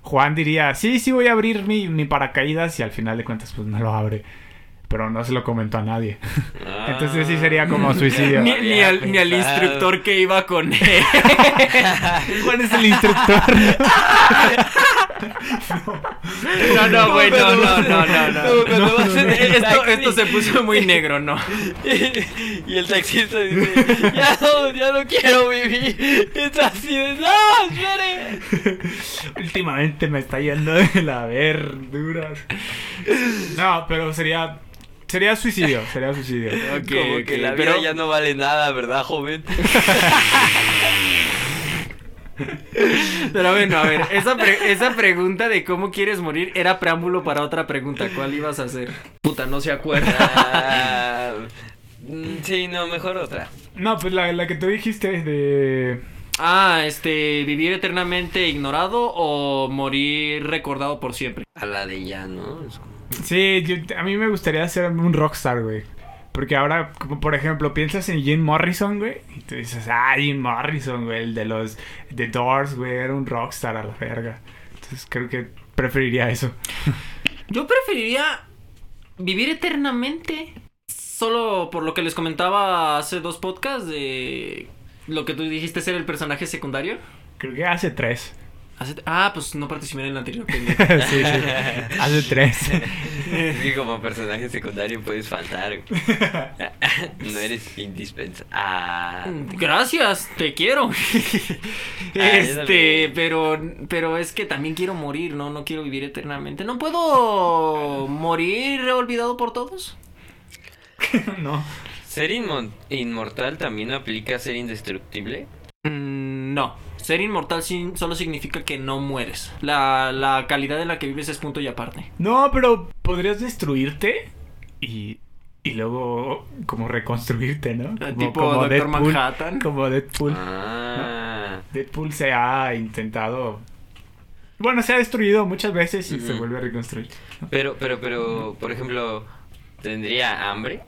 Juan diría, sí, sí voy a abrir mi, mi paracaídas y al final de cuentas pues no lo abre. Pero no se lo comentó a nadie.
ah.
Entonces sí sería como suicidio.
ni, ni al, ni al
Había
instructor que iba con él.
Juan es el instructor.
No, no, güey, no, no, no, no, no.
Cuando
No,
vas
no,
en
no.
el
Esto,
taxi.
esto se puso muy negro, ¿no?
y el taxista dice, ya no, ya no quiero vivir. Es así de, no, espere.
Últimamente me está yendo de la verdura. No, pero sería sería suicidio, sería suicidio.
Ok,
Como
ok,
que la vida
pero-
ya no vale nada, ¿verdad, joven?
Pero bueno, a ver, esa, pre- esa pregunta de cómo quieres morir era preámbulo para otra pregunta. ¿Cuál ibas a hacer? Puta, no se acuerda.
Ah, mm, sí, no, mejor otra.
No, pues la, la que tú dijiste es de
Ah, este, vivir eternamente ignorado o morir recordado por siempre.
A la de ya, ¿no? Es como-
Sí, yo- a mí me gustaría ser un rockstar, güey. Porque ahora, como por ejemplo, piensas en Jim Morrison, güey. Y tú dices, ah, Jim Morrison, güey, el de los The Doors, güey, era un rockstar a la verga. Entonces creo que preferiría eso.
Yo preferiría vivir eternamente. Solo por lo que les comentaba hace dos podcasts de lo que tú dijiste ser el personaje secundario.
Creo que hace tres.
Hace- Ah, pues no participé en el anterior. pendejo.
sí, sí. Hace tres.
Es que como personaje secundario puedes faltar. güey. no eres indispensable. Ah,
Gracias, te quiero. este,
también.
pero, pero es que también quiero morir, ¿no? No quiero vivir eternamente. ¿No puedo morir olvidado por todos?
no.
ser inmo- inmortal también aplica a ser indestructible.
Mm, no. Ser inmortal sin- solo significa que no mueres. La, la calidad en la que vives es punto y aparte.
No, pero podrías destruirte y, y luego como reconstruirte, ¿no? Como,
Ah, tipo
como
Doctor
Deadpool.
Manhattan.
Como Deadpool.
Ah.
Deadpool se ha intentado. Bueno, se ha destruido muchas veces y se
Ujú.
vuelve a reconstruir.
Pero, pero, pero, por ejemplo, ¿tendría hambre?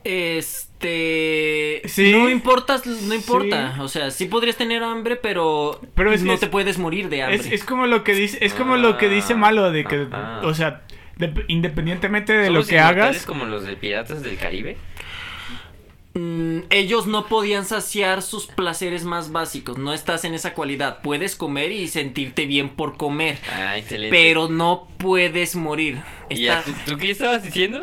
Este.
Sí.
No importa, no importa.
Sí.
O sea, sí podrías tener hambre, pero,
Pero es que
no
es-
te puedes morir de hambre.
Es, es como lo que dice, es como lo que dice Malo de que,
Ah, Ajá.
o sea, de- independientemente de Eh, lo
¿Somos
que
inmortales
hagas,
como los de Piratas del Caribe?
Mm, ellos no podían saciar sus placeres más básicos. No estás en esa cualidad. Puedes comer y sentirte bien por comer,
Ah, excelente.
pero no puedes morir.
¿Y
Está-
a- tú, tú qué estabas diciendo?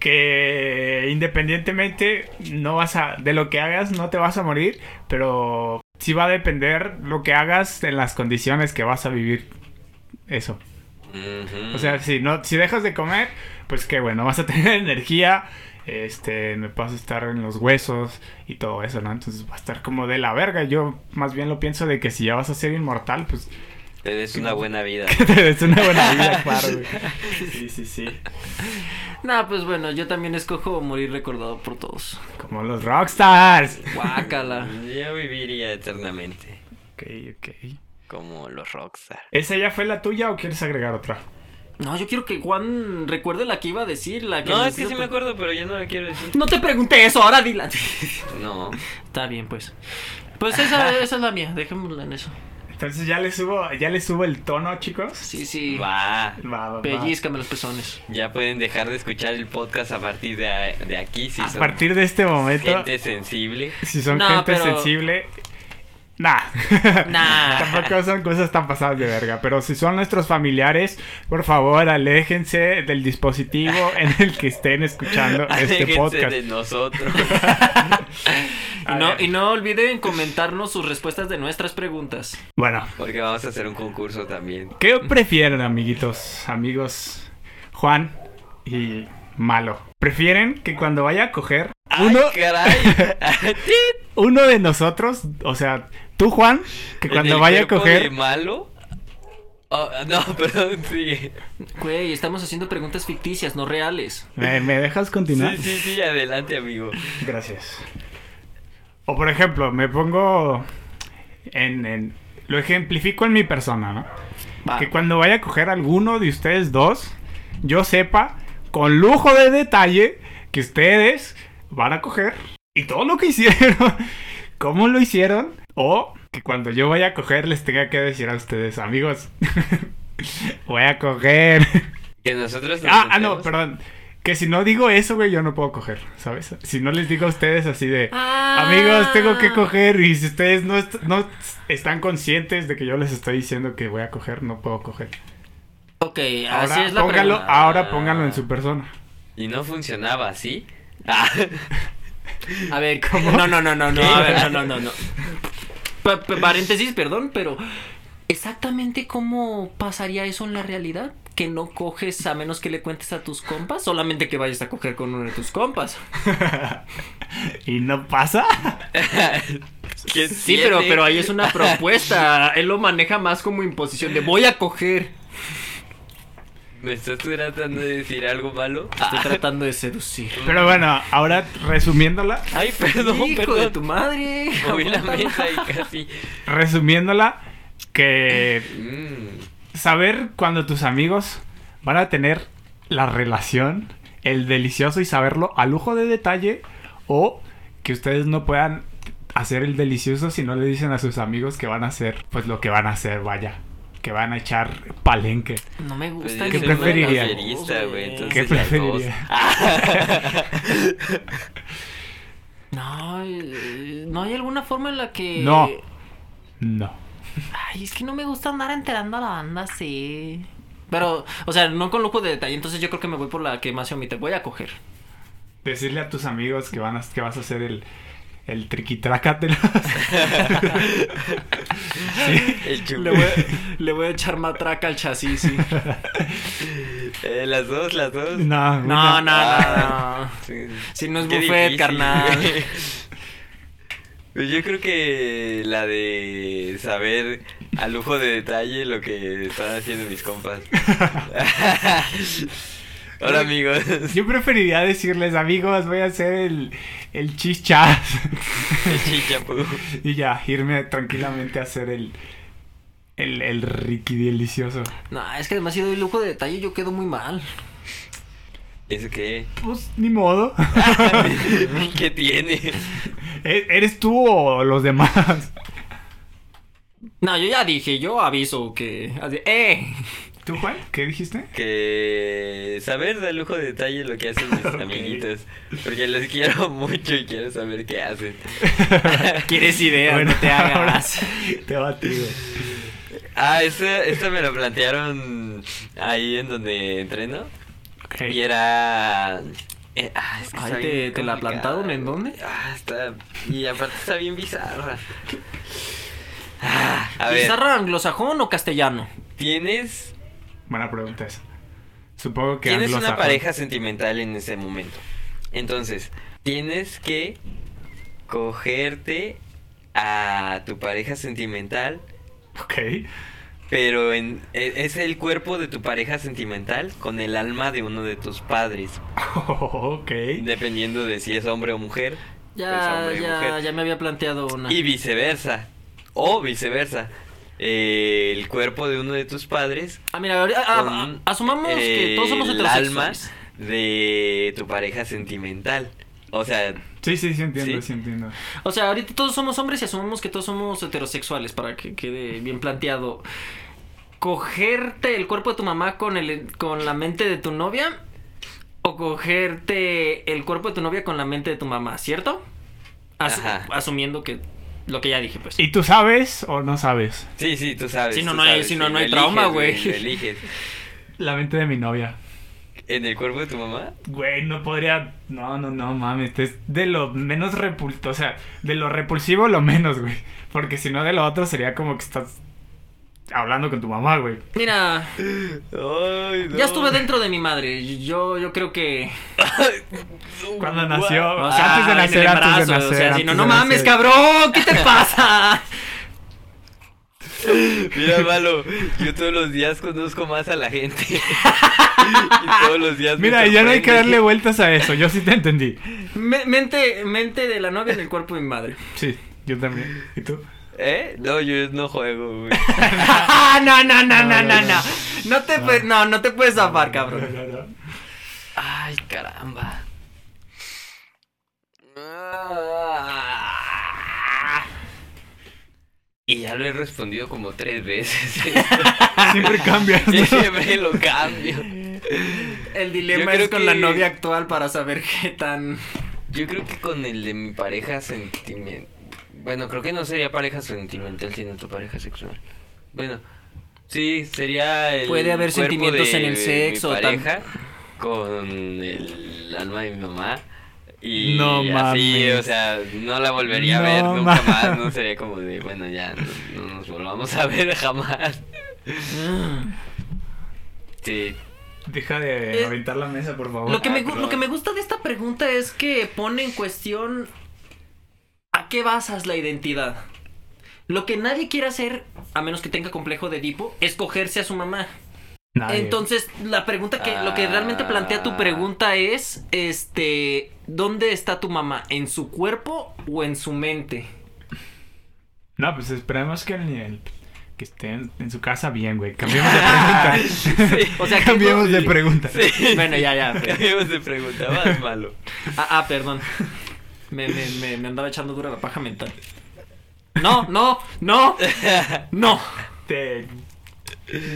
que independientemente no vas a, de lo que hagas no te vas a morir, pero sí va a depender lo que hagas en las condiciones que vas a vivir. Eso.
Ujú.
O sea, si no, si dejas de comer, pues que bueno, vas a tener energía, este, me vas a estar en los huesos y todo eso, ¿no? Entonces va a estar como de la verga. Yo más bien lo pienso de que si ya vas a ser inmortal, pues
Te des una buena vida.
que te des una buena vida, claro, güey. Sí, sí, sí.
Nah, pues bueno, yo también escojo morir recordado por todos.
Como los rockstars.
Guácala.
Yo viviría eternamente
Ok, ok.
como los rockstar.
¿Esa ya fue la tuya o quieres agregar otra?
No, yo quiero que Juan recuerde la que iba a decir, la que
No,
me
es que
hizo
sí me acuerdo, pero yo no lo quiero decir.
pe- No te pregunté eso, ahora dila.
No.
Está bien, pues. Pues esa, esa es la mía, dejémosla en eso.
Entonces ya le subo, ya le subo el tono, chicos.
Sí, sí.
Va.
Va, va, va.
Pellízcame los pezones.
Ya pueden dejar de escuchar el podcast a partir de, de aquí si
A
son
partir de este momento.
gente sensible.
Si son
No,
gente
pero-
sensible, Nah.
Nah.
Tampoco son cosas tan pasadas de verga. Pero si son nuestros familiares, por favor, aléjense del dispositivo en el que estén escuchando este
Aléjense
podcast.
de nosotros.
Y no, y no olviden comentarnos sus respuestas de nuestras preguntas.
Bueno,
Porque vamos a hacer un concurso también.
¿qué prefieren, amiguitos, amigos Juan y Malo? ¿Prefieren que cuando vaya a coger uno,
¡Ay, caray!
uno de nosotros, o sea, tú, Juan, que
¿En
cuando
el
vaya a
cuerpo
coger...
de malo? Oh, no, perdón, sí.
Güey, estamos haciendo preguntas ficticias, no reales.
¿Me, me dejas continuar?
Sí, sí, sí, adelante, amigo.
Gracias. O por ejemplo, me pongo en, en- Lo ejemplifico en mi persona, ¿no?
Ah.
Va.
Que cuando vaya a coger alguno de ustedes dos, yo sepa, con lujo de detalle, que ustedes van a coger y todo lo que hicieron, cómo lo hicieron, o que cuando yo vaya a coger les tenga que decir a ustedes, amigos, voy a coger.
Que nosotros nos
Ah, ah, no,
sentemos-
perdón. Que si no digo eso, güey, yo no puedo coger, ¿sabes? Si no les digo a ustedes así de,
Ah.
amigos, tengo que coger, y si ustedes no, est- no están conscientes de que yo les estoy diciendo que voy a coger, no puedo coger.
Ok, así
Ahora,
es la
póngalo,
pregunta.
ahora póngalo en su persona.
Y no funcionaba, ¿sí? Ah,
A ver, ¿cómo? No, no, no, no, no, a ver, no, no, no, no. Pa- pa- paréntesis, perdón, pero exactamente cómo pasaría eso en la realidad. Que no coges a menos que le cuentes a tus compas, solamente que vayas a coger con uno de tus compas.
¿Y no pasa?
¿qué
Sí, pero,
tiene?
pero ahí es una propuesta. Él lo maneja más como imposición de voy a coger.
¿Me estás tratando de decir algo malo?
Estoy tratando de seducir.
Pero bueno, ahora resumiéndola,
Ay, perdón,
Hijo
perdón.
de tu madre.
Moví la
Aguántala.
mesa y casi.
resumiéndola, que
Mm,
saber cuando tus amigos van a tener la relación, el delicioso y saberlo a lujo de detalle o que ustedes no puedan hacer el delicioso si no le dicen a sus amigos que van a hacer pues lo que van a hacer, vaya, que van a echar palenque.
No me gusta.
pues
¿Qué
yo soy
ninguna
preferiría?
de las dos,
materialista, güey, entonces
¿Qué
las dos.
preferiría?
No, eh, no hay alguna forma en la que.
No. No.
Ay, es que no me gusta andar enterando a la banda así. Pero, o sea, no con lujo de detalle, entonces yo creo que me voy por la que más se omite. Voy a coger.
Decirle a tus amigos que van a, que vas a hacer el el triquitracatelas.
El
Le
chulo.
voy, le voy a echar matraca al chasis, sí.
Eh, las dos, las dos.
no,
No, no,
una-
no, no.
Sí.
Si no es
Qué
buffet,
difícil,
carnal.
güey. Pues yo creo que la de saber a lujo de detalle lo que están haciendo mis compas. Hola amigos.
Yo preferiría decirles, amigos, voy a hacer el, el chichas.
Chichapú.
Y ya, irme tranquilamente a hacer el. El, el Ricky delicioso.
No, es que además si doy lujo de detalle yo quedo muy mal.
¿Eso qué?
Pues ni modo.
¿Qué tiene?
E- ¿Eres tú o los demás?
No, yo ya dije, yo aviso que... así, ¡Eh!
¿Tú, Juan? ¿Qué dijiste?
Que saber de lujo de detalle lo que hacen mis amiguitos. Porque los quiero mucho y quiero saber qué hacen.
Quieres ideas,
Bueno,
no te hagas.
ahora Te va, tío.
Ah, esta, esta me lo plantearon ahí en donde entreno.
Ok.
Y era. eh, ah, es que
Ay,
está
¿te-
bien
te la
complicada,
plantaron en
güey.
dónde?
Ah, está. Y aparte está bien bizarra. Ah, a ver,
¿Pizarra anglosajón o castellano?
tienes,
Buena pregunta esa. Supongo que
tienes una
anglosajón.
pareja sentimental en ese momento. Entonces, tienes que cogerte a tu pareja sentimental,
Ok.
pero en, e- es el cuerpo de tu pareja sentimental con el alma de uno de tus padres.
ok.
Dependiendo de si es hombre o mujer. pues,
Ya,
hombre y
ya,
mujer.
ya me había planteado una.
Y viceversa. O viceversa. Eh, el cuerpo de uno de tus padres.
Ah, mira, ahorita- ah, ah,
con,
asumamos que
eh,
todos somos
el alma
heterosexuales.
de tu pareja sentimental. O sea,
Sí, sí, sí entiendo,
¿Sí?
sí entiendo.
O sea, ahorita todos somos hombres y asumamos que todos somos heterosexuales para que quede bien planteado. ¿Cogerte el cuerpo de tu mamá con, el, con la mente de tu novia? ¿O cogerte el cuerpo de tu novia con la mente de tu mamá? ¿Cierto? Asu-
Ajá.
Asumiendo que Lo que ya dije, pues.
¿Y tú sabes o no sabes?
Sí, sí, tú sabes.
Si no,
tú
no hay-
sabes,
si no,
sí,
no hay
lo
trauma,
eliges,
güey.
lo eliges.
La mente de mi novia.
¿En el cuerpo de tu mamá?
Güey, no podría. No, no, no, mames. Es de lo menos repulsivo. O sea, de lo repulsivo lo menos, güey. Porque si no, de lo otro sería como que estás hablando con tu mamá, güey.
Mira,
Ay,
ya estuve dentro de mi madre. Yo, yo creo que.
Cuando nació.
O sea,
Ah, antes de
Ah, en
nacer,
el
antes de
embarazo,
nacer.
O sea, si no,
antes
no
de nacer.
mames, cabrón, ¿qué te pasa?
Mira, malo, yo todos los días conozco más a la gente. y todos los días. me
Mira, ya no hay que
sorprende.
darle vueltas a eso. Yo sí te entendí.
Me- mente, mente de la novia en el cuerpo de mi madre.
Sí, yo también. ¿Y tú?
¿Eh? No, yo no juego, güey.
no, no, no, no,
no,
no, no.
no.
No te, pue- no, no te puedes zafar, cabrón.
No, no, no.
Ay, caramba. Y ya lo he respondido como tres veces.
Siempre cambias. ¿no?
Yo siempre lo cambio.
El
Yo
dilema
creo
es con
que-
la novia actual para saber qué tan.
Yo creo que con el de mi pareja sentimental. Bueno, creo que no sería pareja sentimental, sino tu pareja sexual. Bueno, sí, sería el.
Puede haber
cuerpo
sentimientos
de
en el sexo,
Mi
tam-
pareja con el alma de mi mamá. Y
No
así,
mames.
o sea, no la volvería
No
a ver nunca
mames.
más. No sería como de, bueno, ya no, no nos volvamos a ver jamás. Sí.
Deja de
Eh,
aventar la mesa, por favor.
Lo que, me, gu-
perdón.
lo que me gusta de esta pregunta es que pone en cuestión a qué basas la identidad. Lo que nadie quiere hacer, a menos que tenga complejo de Edipo, es cogerse a su mamá. Ah,
Nadie.
Entonces, la pregunta que lo que realmente plantea tu
Ah.
pregunta es este, ¿dónde está tu mamá? ¿En su cuerpo o en su mente?
No, pues esperemos que ni el- que estén en su casa bien, güey. Cambiemos de pregunta.
O sea, que-
cambiemos de pregunta.
Bueno, ya, ya. pero-
Cambiamos de pregunta, más malo.
Ah, ah, perdón. Me, me- me- me andaba echando dura la paja mental. No, no, no, no.
Te-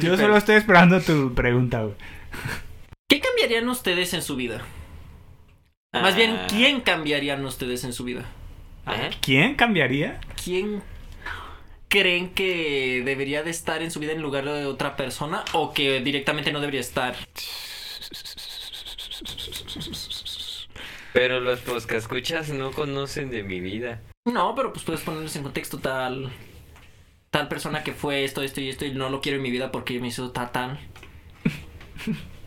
Yo solo estoy esperando tu pregunta, güey.
¿Qué cambiarían ustedes en su vida? Más bien, ¿quién cambiarían ustedes en su vida? Ah. ¿Eh?
Ajá.
¿Quién cambiaría?
¿Quién creen que debería de estar en su vida en lugar de otra persona o que directamente no debería estar?
Pero los escuchas no conocen de mi vida.
No, pero pues puedes ponerlos en contexto tal tal persona que fue esto, esto y esto y no lo quiero en mi vida porque me hizo ta tal.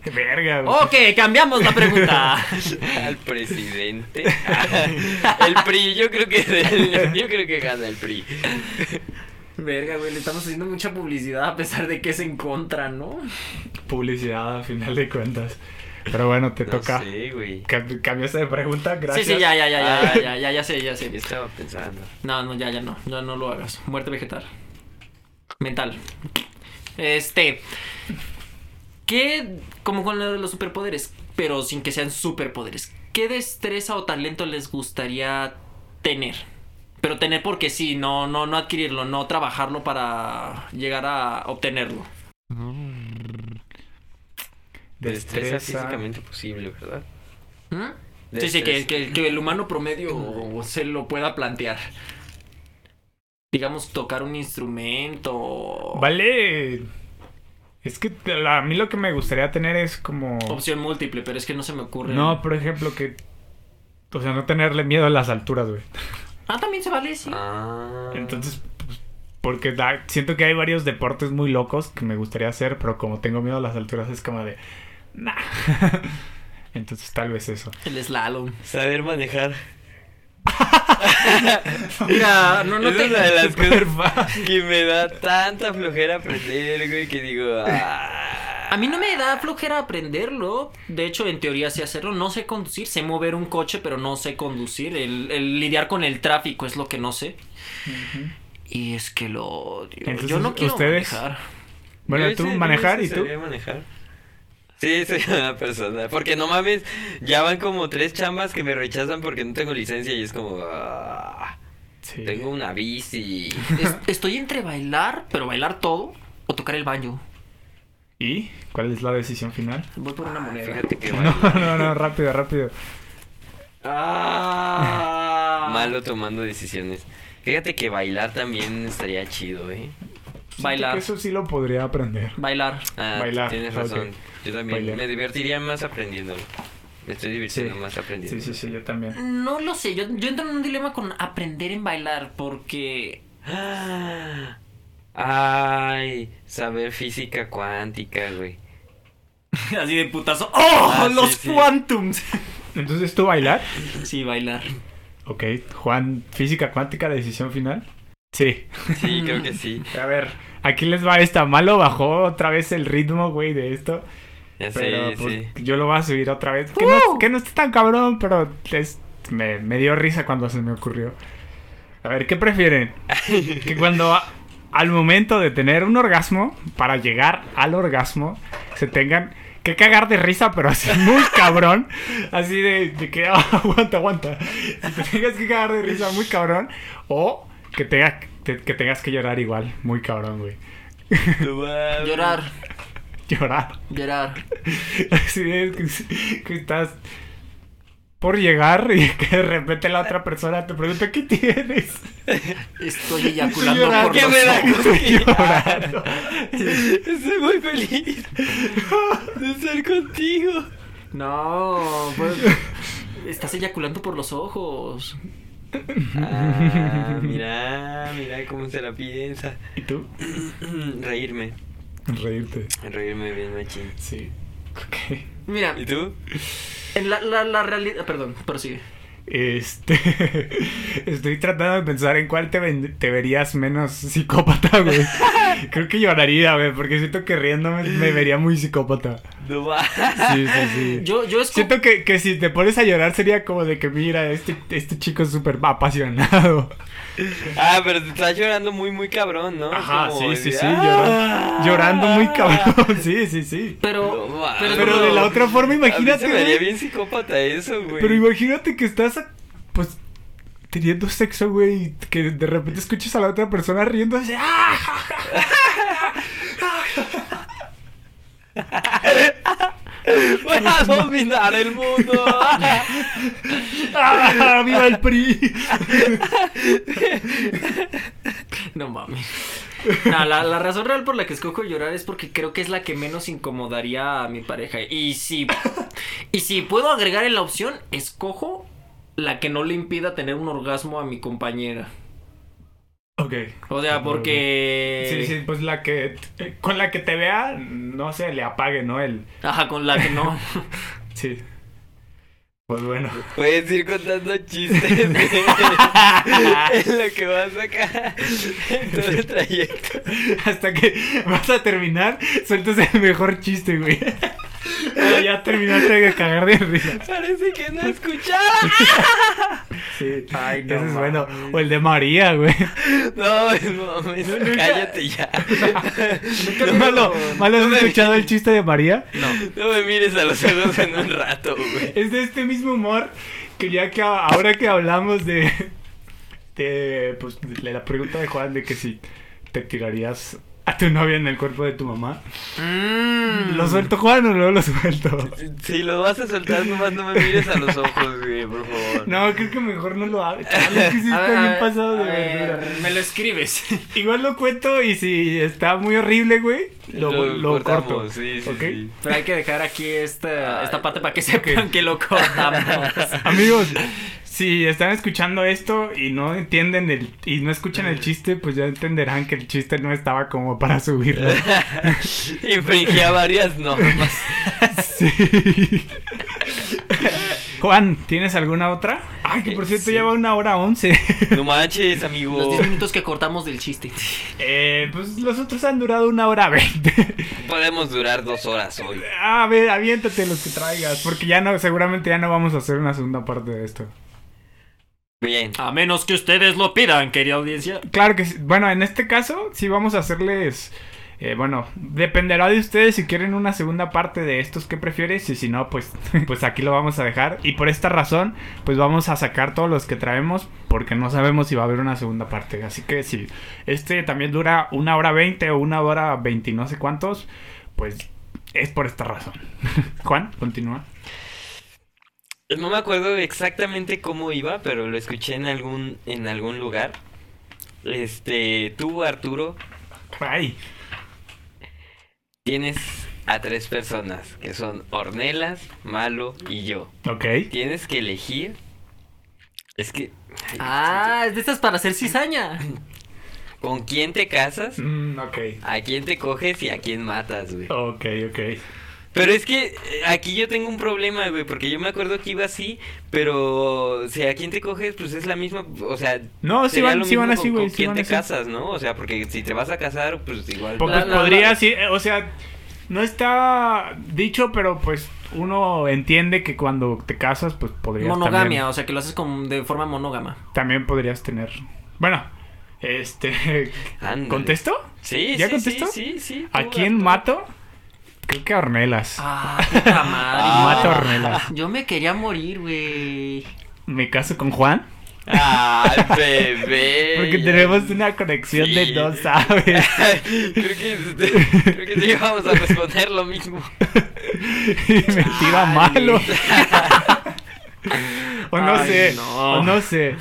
Verga, güey.
Ok, cambiamos la pregunta.
Al presidente. Ah. el PRI, yo creo que yo creo que gana el PRI.
Verga, güey, le estamos haciendo mucha publicidad a pesar de que es en contra, ¿no?
Publicidad, a final de cuentas. Pero bueno, te
No
toca.
sé, güey.
Cam- Cambiaste de pregunta, gracias.
Sí, sí, ya, ya, ya, ya,
Ah.
ya, ya, ya, ya sé, ya
Yo
sé.
estaba pensando.
No, no, ya, ya no, ya no lo hagas. Muerte vegetal. Mental. Este. ¿Qué, como con lo de los superpoderes, pero sin que sean superpoderes, qué destreza o talento les gustaría tener? Pero tener porque sí, no, no, no adquirirlo, no trabajarlo para llegar a obtenerlo.
Destreza
Destreza.
físicamente posible, ¿verdad?
¿Mm? Sí, sí, que, que- que el humano promedio se lo pueda plantear. Digamos, tocar un instrumento.
Vale. Es que la- a mí lo que me gustaría tener es como.
Opción múltiple, pero es que no se me ocurre.
No, por ejemplo, que. O sea, no tenerle miedo a las alturas, güey.
Ah, también se vale, sí.
Ah.
Entonces, pues, porque da- siento que hay varios deportes muy locos que me gustaría hacer, pero como tengo miedo a las alturas es como de... Nah. Entonces tal vez eso.
El slalom.
Saber manejar.
Mira, no, no
Esa
te-
es una de las
Super
cosas que me da tanta flojera aprender, güey, que digo. ah.
A mí no me da flojera aprenderlo. De hecho, en teoría sé hacerlo. No sé conducir. Sé mover un coche, pero no sé conducir. El, el lidiar con el tráfico es lo que no sé. Y es que lo odio. Yo
Entonces,
no quiero
¿ustedes?
manejar.
Bueno,
Yo
tú
sí- yo
manejar
sí
y tú...
sabría manejar. Sí, soy una persona. Porque no mames, ya van como tres chambas que me rechazan porque no tengo licencia y es como. ah,
Sí.
Tengo una bici.
Es- estoy entre bailar, pero bailar todo, o tocar el baño.
¿Y cuál es la decisión final?
Voy por una moneda.
Fíjate que
No,
baila.
no, no, rápido, rápido.
Ah.
Ah, malo tomando decisiones. Fíjate que bailar también estaría chido, ¿eh?
Siento
Bailar.
que Eso sí lo podría aprender.
Bailar.
Ah,
Bailar,
tienes
ok.
razón. Yo también
Bailar.
me divertiría más aprendiéndolo. Me estoy divirtiendo
Sí.
más aprendiendo.
Sí, sí, sí, yo también.
No lo sé, yo, yo entro en un dilema con aprender en bailar porque...
Ah. Ay, saber física cuántica, güey.
Así de putazo. ¡Oh!
Ah, sí,
los
sí.
quantums.
Entonces, ¿tú bailar?
Sí, bailar.
Ok, Juan, física cuántica, decisión final. Sí.
Sí, creo que sí.
A ver, aquí les va esta. Malo bajó otra vez el ritmo, güey, de esto.
Ya sé,
Pero
sí.
pues, yo lo voy a subir otra vez. Que, no, que no esté tan cabrón, pero es- me, me dio risa cuando se me ocurrió. A ver, ¿qué prefieren? que cuando a- al momento de tener un orgasmo, para llegar al orgasmo, se tengan que cagar de risa, pero así muy cabrón. Así de, de que "Ah, aguanta, aguanta. Y te tengas que cagar de risa muy cabrón. O que, tenga- te- que tengas que llorar igual, muy cabrón, güey.
No mames.
Llorar,
Llorar.
llorar.
Así es, que, que estás por llegar y que de repente la otra persona te pregunta, ¿qué tienes?
Estoy eyaculando
llorar,
por
¿qué
los
me da?
ojos.
Estoy llorando.
Estoy muy feliz de estar contigo.
No, pues... Estás eyaculando por los ojos.
Ah, mira, mira cómo se la piensa.
¿Y tú?
Reírme,
Reírte.
reírme bien machín.
Sí. Ok.
Mira,
¿Y tú?
en la, la, la realidad... Perdón, prosigue.
Este. Estoy tratando de pensar en cuál te, ven- te verías menos psicópata, güey. Creo que lloraría, güey, porque siento que riéndome me vería muy psicópata.
No va.
Sí, sí, sí.
Yo, yo escu-
Siento que, que si te pones a llorar sería como de que mira, este, este chico es súper apasionado.
Ah, pero te estás llorando muy, muy cabrón, ¿no?
Ajá,
Como-
sí, sí, sí,
Ah.
llorando, llorando muy cabrón, sí, sí, sí.
Pero,
No, va.
pero,
Pero de la otra forma,
Imagínate.
imagínate,
Se vería
güey,
bien psicópata eso, güey.
pero imagínate que estás, pues, teniendo sexo, güey, y que de repente escuches a la otra persona riendo así, ¡ah! ja, ja, ja,
Voy a dominar el mundo.
ah, ¡Viva el PRI!
No mames. No, la, la razón real por la que escojo llorar es porque creo que es la que menos incomodaría a mi pareja. Y si, y si puedo agregar en la opción, escojo la que no le impida tener un orgasmo a mi compañera.
Ok.
O sea, porque...
Sí, sí, pues la que, eh, con la que te vea, no sé, le apague, ¿no? El,
Ajá, con la que no.
sí. Pues bueno.
Puedes ir contando chistes. güey. es lo que vas acá. En todo el trayecto.
Hasta que vas a terminar, sueltas el mejor chiste, güey. Pero ya terminaste de cagar de risa.
Parece que no escuchaba.
Sí.
Ay, no
Ese es
mames.
bueno. O el de María, güey.
No, no, mames, cállate ya.
¿No malo, malo has escuchado el chiste de María?
No me mires a los ojos en un rato, güey.
Es de este mismo humor que ya que a- ahora que hablamos de. de. pues de la pregunta de Juan de que si te tirarías a tu novia en el cuerpo de tu mamá.
Mm.
¿Lo suelto Juan o no lo suelto?
Si lo vas a soltar, nomás no me mires a los ojos, güey, por favor.
No, creo que mejor no lo hago. Chale, es que sí
A
está
ver, a
bien
ver,
pasado de
a ver,
verdura.
Me lo escribes.
Igual lo cuento y si está muy horrible, güey, lo, lo,
cortamos,
corto.
Sí, sí,
¿ok?
sí.
Pero hay que dejar aquí esta,
Ay,
esta parte para que sepan que lo cortamos.
Amigos, si están escuchando esto y no entienden el y no escuchan el chiste, pues ya entenderán que el chiste no estaba como para subirlo.
Infringía varias normas.
Sí. Juan, ¿tienes alguna otra? Ay, que por cierto
Sí.
ya va una hora once.
No manches,
Los
amigo.
10 minutos que cortamos del chiste.
Eh, pues los otros han durado una hora veinte.
Podemos durar dos horas hoy.
A ver, aviéntate los que traigas, porque ya no, seguramente ya no vamos a hacer una segunda parte de esto.
Bien.
A menos que ustedes lo pidan, querida audiencia.
Claro que sí. Bueno, en este caso sí vamos a hacerles... eh, bueno, dependerá de ustedes si quieren una segunda parte de estos que prefieres y si no, pues, pues aquí lo vamos a dejar. Y por esta razón, pues vamos a sacar todos los que traemos porque no sabemos si va a haber una segunda parte. Así que si este también dura una hora veinte o una hora veinti no sé cuántos, pues es por esta razón. Juan, continúa.
No me acuerdo exactamente cómo iba, pero lo escuché en algún, en algún lugar. Este, tú, Arturo,
Ay,
tienes a tres personas, que son Ornelas, Malo y yo.
ok.
Tienes que elegir. Es que. ay,
Ah, es de estas para hacer cizaña.
¿Con quién te casas?
Mm, ok.
¿A quién te coges y a quién matas, güey?
Ok, ok.
Pero es que eh, aquí yo tengo un problema, güey, porque yo me acuerdo que iba así, pero si a quién te coges, pues es la misma, o sea,
No, sí
sería
van-
lo
sí van
mismo
así,
con-
güey,
con
sí
quién
van
te
así.
casas, ¿no? O sea, porque si te vas a casar, pues igual.
Porque
La- la-
podría,
la-
sí, eh, o sea, no está dicho, pero pues uno entiende que cuando te casas, pues podrías
Monogamia,
también-
o sea que lo haces con, de forma monógama.
también podrías tener. Bueno, este.
Ándale.
¿Contesto?
Sí,
¿Ya
sí,
contesto?
sí, sí, sí,
¿A
tú,
quién
Arturo.
mato? Creo que a Ornelas.
Ah, puta madre.
Mato a Ornelas.
Yo me quería morir, güey.
Me caso con Juan.
Ay, bebé.
Porque
ya.
tenemos una conexión
Sí.
de dos, ¿sabes?
creo que creo que sí vamos a responder lo mismo.
y me tira
Ay.
malo. o no
Ay,
sé.
no.
O no sé.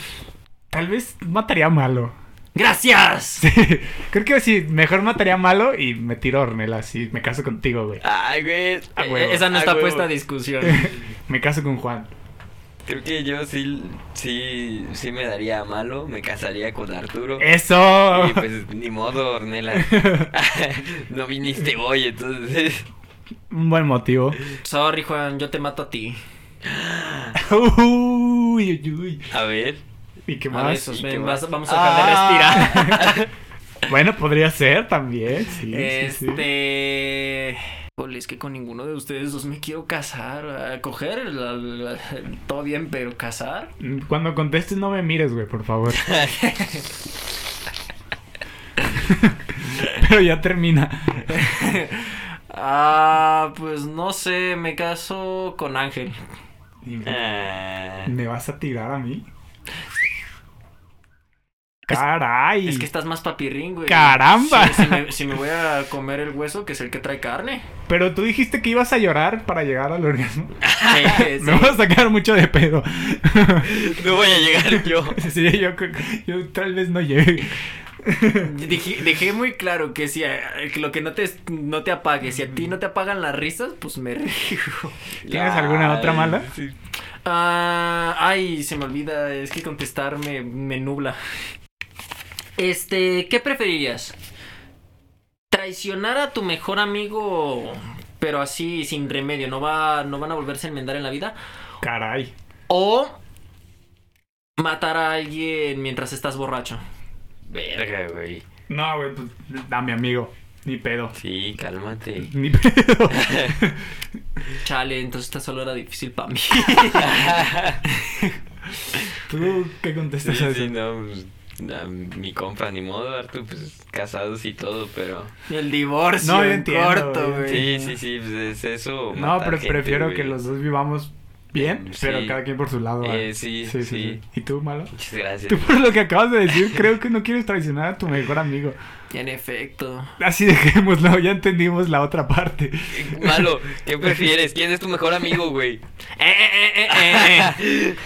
Tal vez mataría a malo.
¡Gracias!
Sí, Este, creo que sí, mejor mataría a malo y me tiro a Ornelas y me caso contigo, güey.
Ay, güey.
A
Eh,
huevo,
Esa no está
a huevo.
puesta a discusión.
me caso con Juan.
Creo que yo sí, sí, sí me daría a malo, me casaría con Arturo.
Eh, ¡Eso!
Y pues ni modo, Ornela. no viniste hoy, entonces.
Un buen motivo.
Sorry, Juan, yo te mato a ti.
Uy, uy, uy.
A ver.
¿Y qué
A
más?
besos,
¿Y
ven,
qué
vas-
más?
vamos a dejar de respirar.
Bueno, podría ser también. Sí, sí, sí.
Este. Híjole, es que con ninguno de ustedes dos me quiero casar. A coger, la- la- todo bien, pero casar.
Cuando contestes, no me mires, güey, por favor. Pero ya termina.
Ah, pues no sé, me caso con Ángel.
Ah,
¿Me vas a tirar a mí? ¡Caray!
Es que estás más papirrín, güey.
¡Caramba!
Si, si me, si me voy a comer el hueso, que es el que trae carne.
Pero tú dijiste que ibas a llorar para llegar al orgasmo.
Ah,
Sí,
Me voy a sacar mucho de pedo.
no voy a llegar yo.
sí, yo, creo- yo tal vez no llegue.
Dejé, dejé muy claro que si a- que lo que no te, no te apague, si a ti no te apagan las risas, pues me río.
¿Tienes alguna otra mala?
Sí.
Ah, ay, se me olvida, es que contestar me, me nubla. Este, ¿qué preferirías? ¿Traicionar a tu mejor amigo, pero así sin remedio, no, va, no van a volverse a enmendar en la vida?
Caray.
¿O matar a alguien mientras estás borracho?
Verga, güey.
No, güey, pues dame, amigo. Ni pedo.
Sí, cálmate.
Ni pedo.
Chale, entonces esta solo era difícil para mí.
¿Tú qué contestas
Sí,
a eso?
sí, no. pues, na- mi compa, ni modo, Arturo, pues casados y todo, pero.
El divorcio
No, yo
en
entiendo,
corto,
yo
güey.
Sí, sí, sí, pues es eso.
No,
matar
pero
gente,
prefiero
güey.
que los dos vivamos bien,
Sí.
pero cada quien por su lado. ¿eh?
Eh, sí, sí.
¿Y tú, malo?
Muchas gracias.
Tú por lo que acabas de decir, creo que no quieres traicionar a tu mejor amigo.
En efecto.
Así dejémoslo, ya entendimos la otra parte.
Malo, ¿qué prefieres? ¿Quién es tu mejor amigo, güey?
Eh, eh, eh, eh, eh.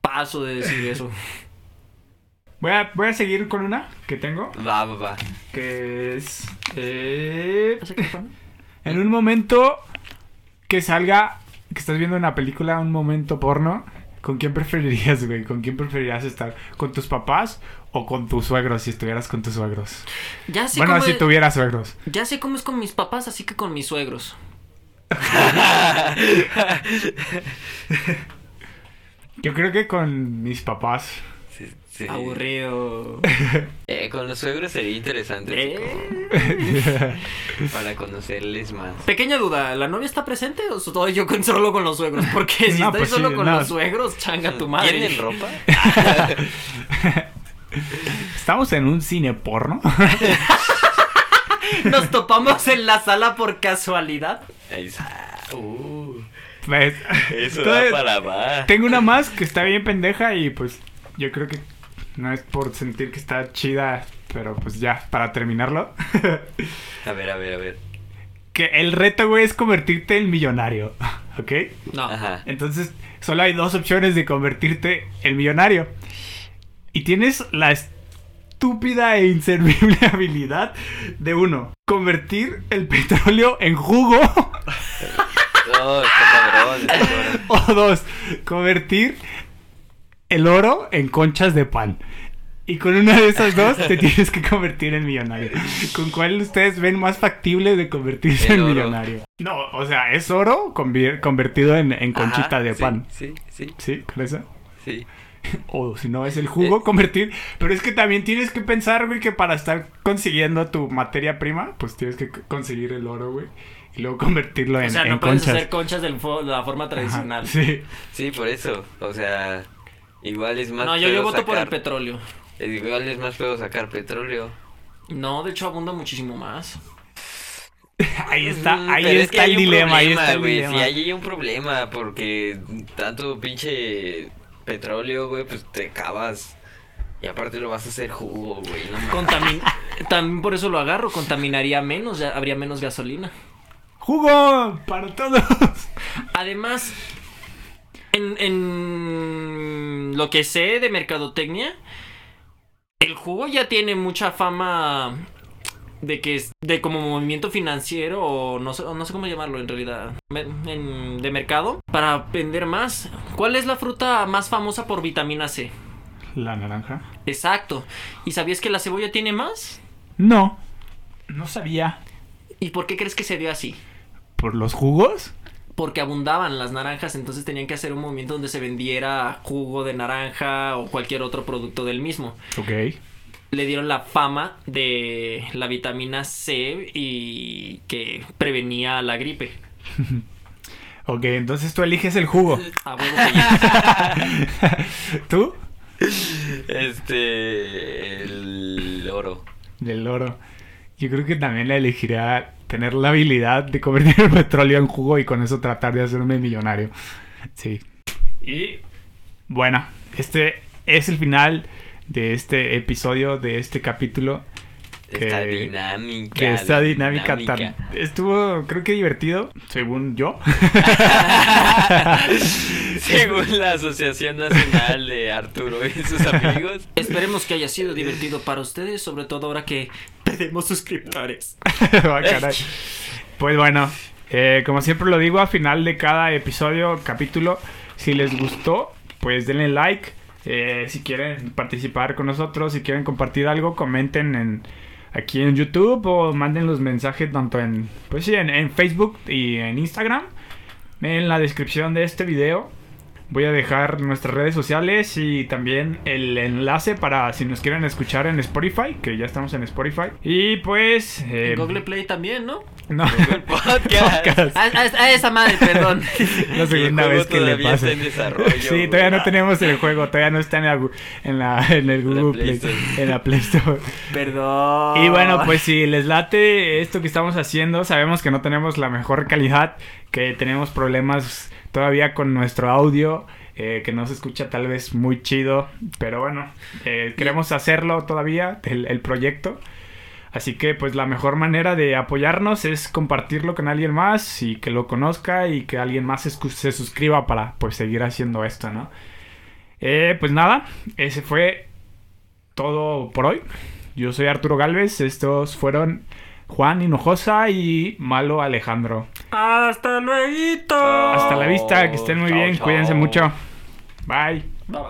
Paso de decir eso.
Voy a, voy a seguir con una que tengo,
Va, va, va.
que es... eh,
¿Pasa qué, Juan?
en un momento que salga, que estás viendo una película, un momento porno, ¿con quién preferirías, güey? ¿Con quién preferirías estar? ¿Con tus papás o con tus suegros, si estuvieras con tus suegros?
Ya sé,
bueno,
cómo
si
es-
tuvieras suegros.
ya sé cómo es con mis papás, así que con mis suegros.
Yo creo que con mis papás.
Sí, sí.
Aburrido.
Eh, con los suegros sería interesante así
Eh,
como para conocerles más.
Pequeña duda, ¿la novia está presente o estoy yo con, solo con los suegros? Porque si
No,
estoy
pues sí,
solo con
no.
los suegros, changa tu madre.
¿Tienen ropa?
Estamos en un cine porno.
Nos topamos en la sala por casualidad.
Ahí está. Uh,
Pues,
eso
entonces,
da para más.
Tengo una más que está bien pendeja y pues yo creo que no es por sentir que está chida, pero pues ya, para terminarlo.
A ver, a ver, a ver.
que el reto, güey, es convertirte en millonario. ¿ok?
No.
Ajá.
Entonces, solo hay dos opciones de convertirte en millonario. Y tienes la estúpida e inservible habilidad de uno, convertir el petróleo en jugo.
No, Oh, está cabrón, está cabrón.
O dos, convertir el oro en conchas de pan. Y con una de esas dos te tienes que convertir en millonario. ¿Con cuál ustedes ven más factible de convertirse
El
en
oro.
millonario? No, o sea, es oro convier- convertido en, en conchita
Ajá,
de
sí,
pan.
Sí, sí,
¿Sí? ¿Con esa?
sí.
O si no es el jugo,
Eh.
convertir. Pero es que también tienes que pensar, güey, que para estar consiguiendo tu materia prima, pues tienes que c- conseguir el oro, güey. Y luego convertirlo en,
o sea,
en
no puedes
conchas.
hacer conchas del fo- de la forma tradicional.
Ajá, sí.
Sí, por eso. O sea, igual es más
No, yo, yo
pedo
voto por el
sacar-
petróleo.
Igual es más pedo sacar petróleo.
No, de hecho abunda muchísimo más.
Ahí está,
Mm,
ahí
pero es que
está
hay
el
un
dilema, ahí
problema,
está el
güey,
dilema.
Sí, ahí hay un problema porque tanto pinche petróleo, güey, pues te cavas. Y aparte lo vas a hacer jugo, güey. No mames.
Contamin también por eso lo agarro, contaminaría menos, ya habría menos gasolina.
¡Jugo! Para todos.
Además, en, en lo que sé de mercadotecnia, el jugo ya tiene mucha fama de que es de como movimiento financiero o no sé, o no sé cómo llamarlo en realidad, me- en- de mercado para vender más. ¿Cuál es la fruta más famosa por vitamina C?
La naranja.
Exacto. ¿Y sabías que la cebolla tiene más?
No. No sabía.
¿Y por qué crees que se dio así?
¿Por los jugos?
porque abundaban las naranjas, entonces tenían que hacer un movimiento donde se vendiera jugo de naranja o cualquier otro producto del mismo.
Ok.
Le dieron la fama de la vitamina C y que prevenía la gripe.
Ok, entonces tú eliges el jugo.
A huevo que ya.
¿Tú?
Este. El oro.
Del oro. Yo creo que también la elegiría tener la habilidad de convertir el petróleo en jugo y con eso tratar de hacerme millonario. Sí. Y bueno, este es el final de este episodio, de este capítulo. Que-
Esta dinámica.
Que esta dinámica,
dinámica.
tan- estuvo, creo que divertido, según yo.
Según la Asociación Nacional de Arturo y sus amigos.
Esperemos que haya sido divertido para ustedes, sobre todo ahora que perdemos suscriptores.
Ah, caray. Pues bueno, eh, como siempre lo digo, al final de cada episodio, capítulo, si les gustó, pues denle like. Eh, si quieren participar con nosotros, si quieren compartir algo, comenten en aquí en YouTube o manden los mensajes tanto en, pues sí, en, en Facebook y en Instagram. En la descripción de este video voy a dejar nuestras redes sociales y también el enlace para si nos quieren escuchar en Spotify, que ya estamos en Spotify. Y pues... eh,
En Google Play también, ¿no?
no.
El podcast. Ah,
Podcast.
A, a- a esa madre, perdón.
La segunda
el juego
vez que le
todavía
pasa.
está en desarrollo,
sí,
güey.
todavía no tenemos el juego, todavía no está en, la, gu- en, la- en el
la
Google
Play
Play, en la Play Store.
Perdón.
Y bueno, pues si les late esto que estamos haciendo, sabemos que no tenemos la mejor calidad, que tenemos problemas todavía con nuestro audio, eh, que no se escucha tal vez muy chido, pero bueno, eh, queremos hacerlo todavía, el, el proyecto. Así que pues la mejor manera de apoyarnos es compartirlo con alguien más y que lo conozca y que alguien más se, escu- se suscriba para pues seguir haciendo esto, ¿no? Eh, pues nada, ese fue todo por hoy. Yo soy Arturo Galvez, estos fueron Juan Hinojosa y Malo Alejandro.
Hasta luego.
Hasta la vista, que estén muy
Oh, Chao,
bien, cuídense
chao.
mucho. Bye.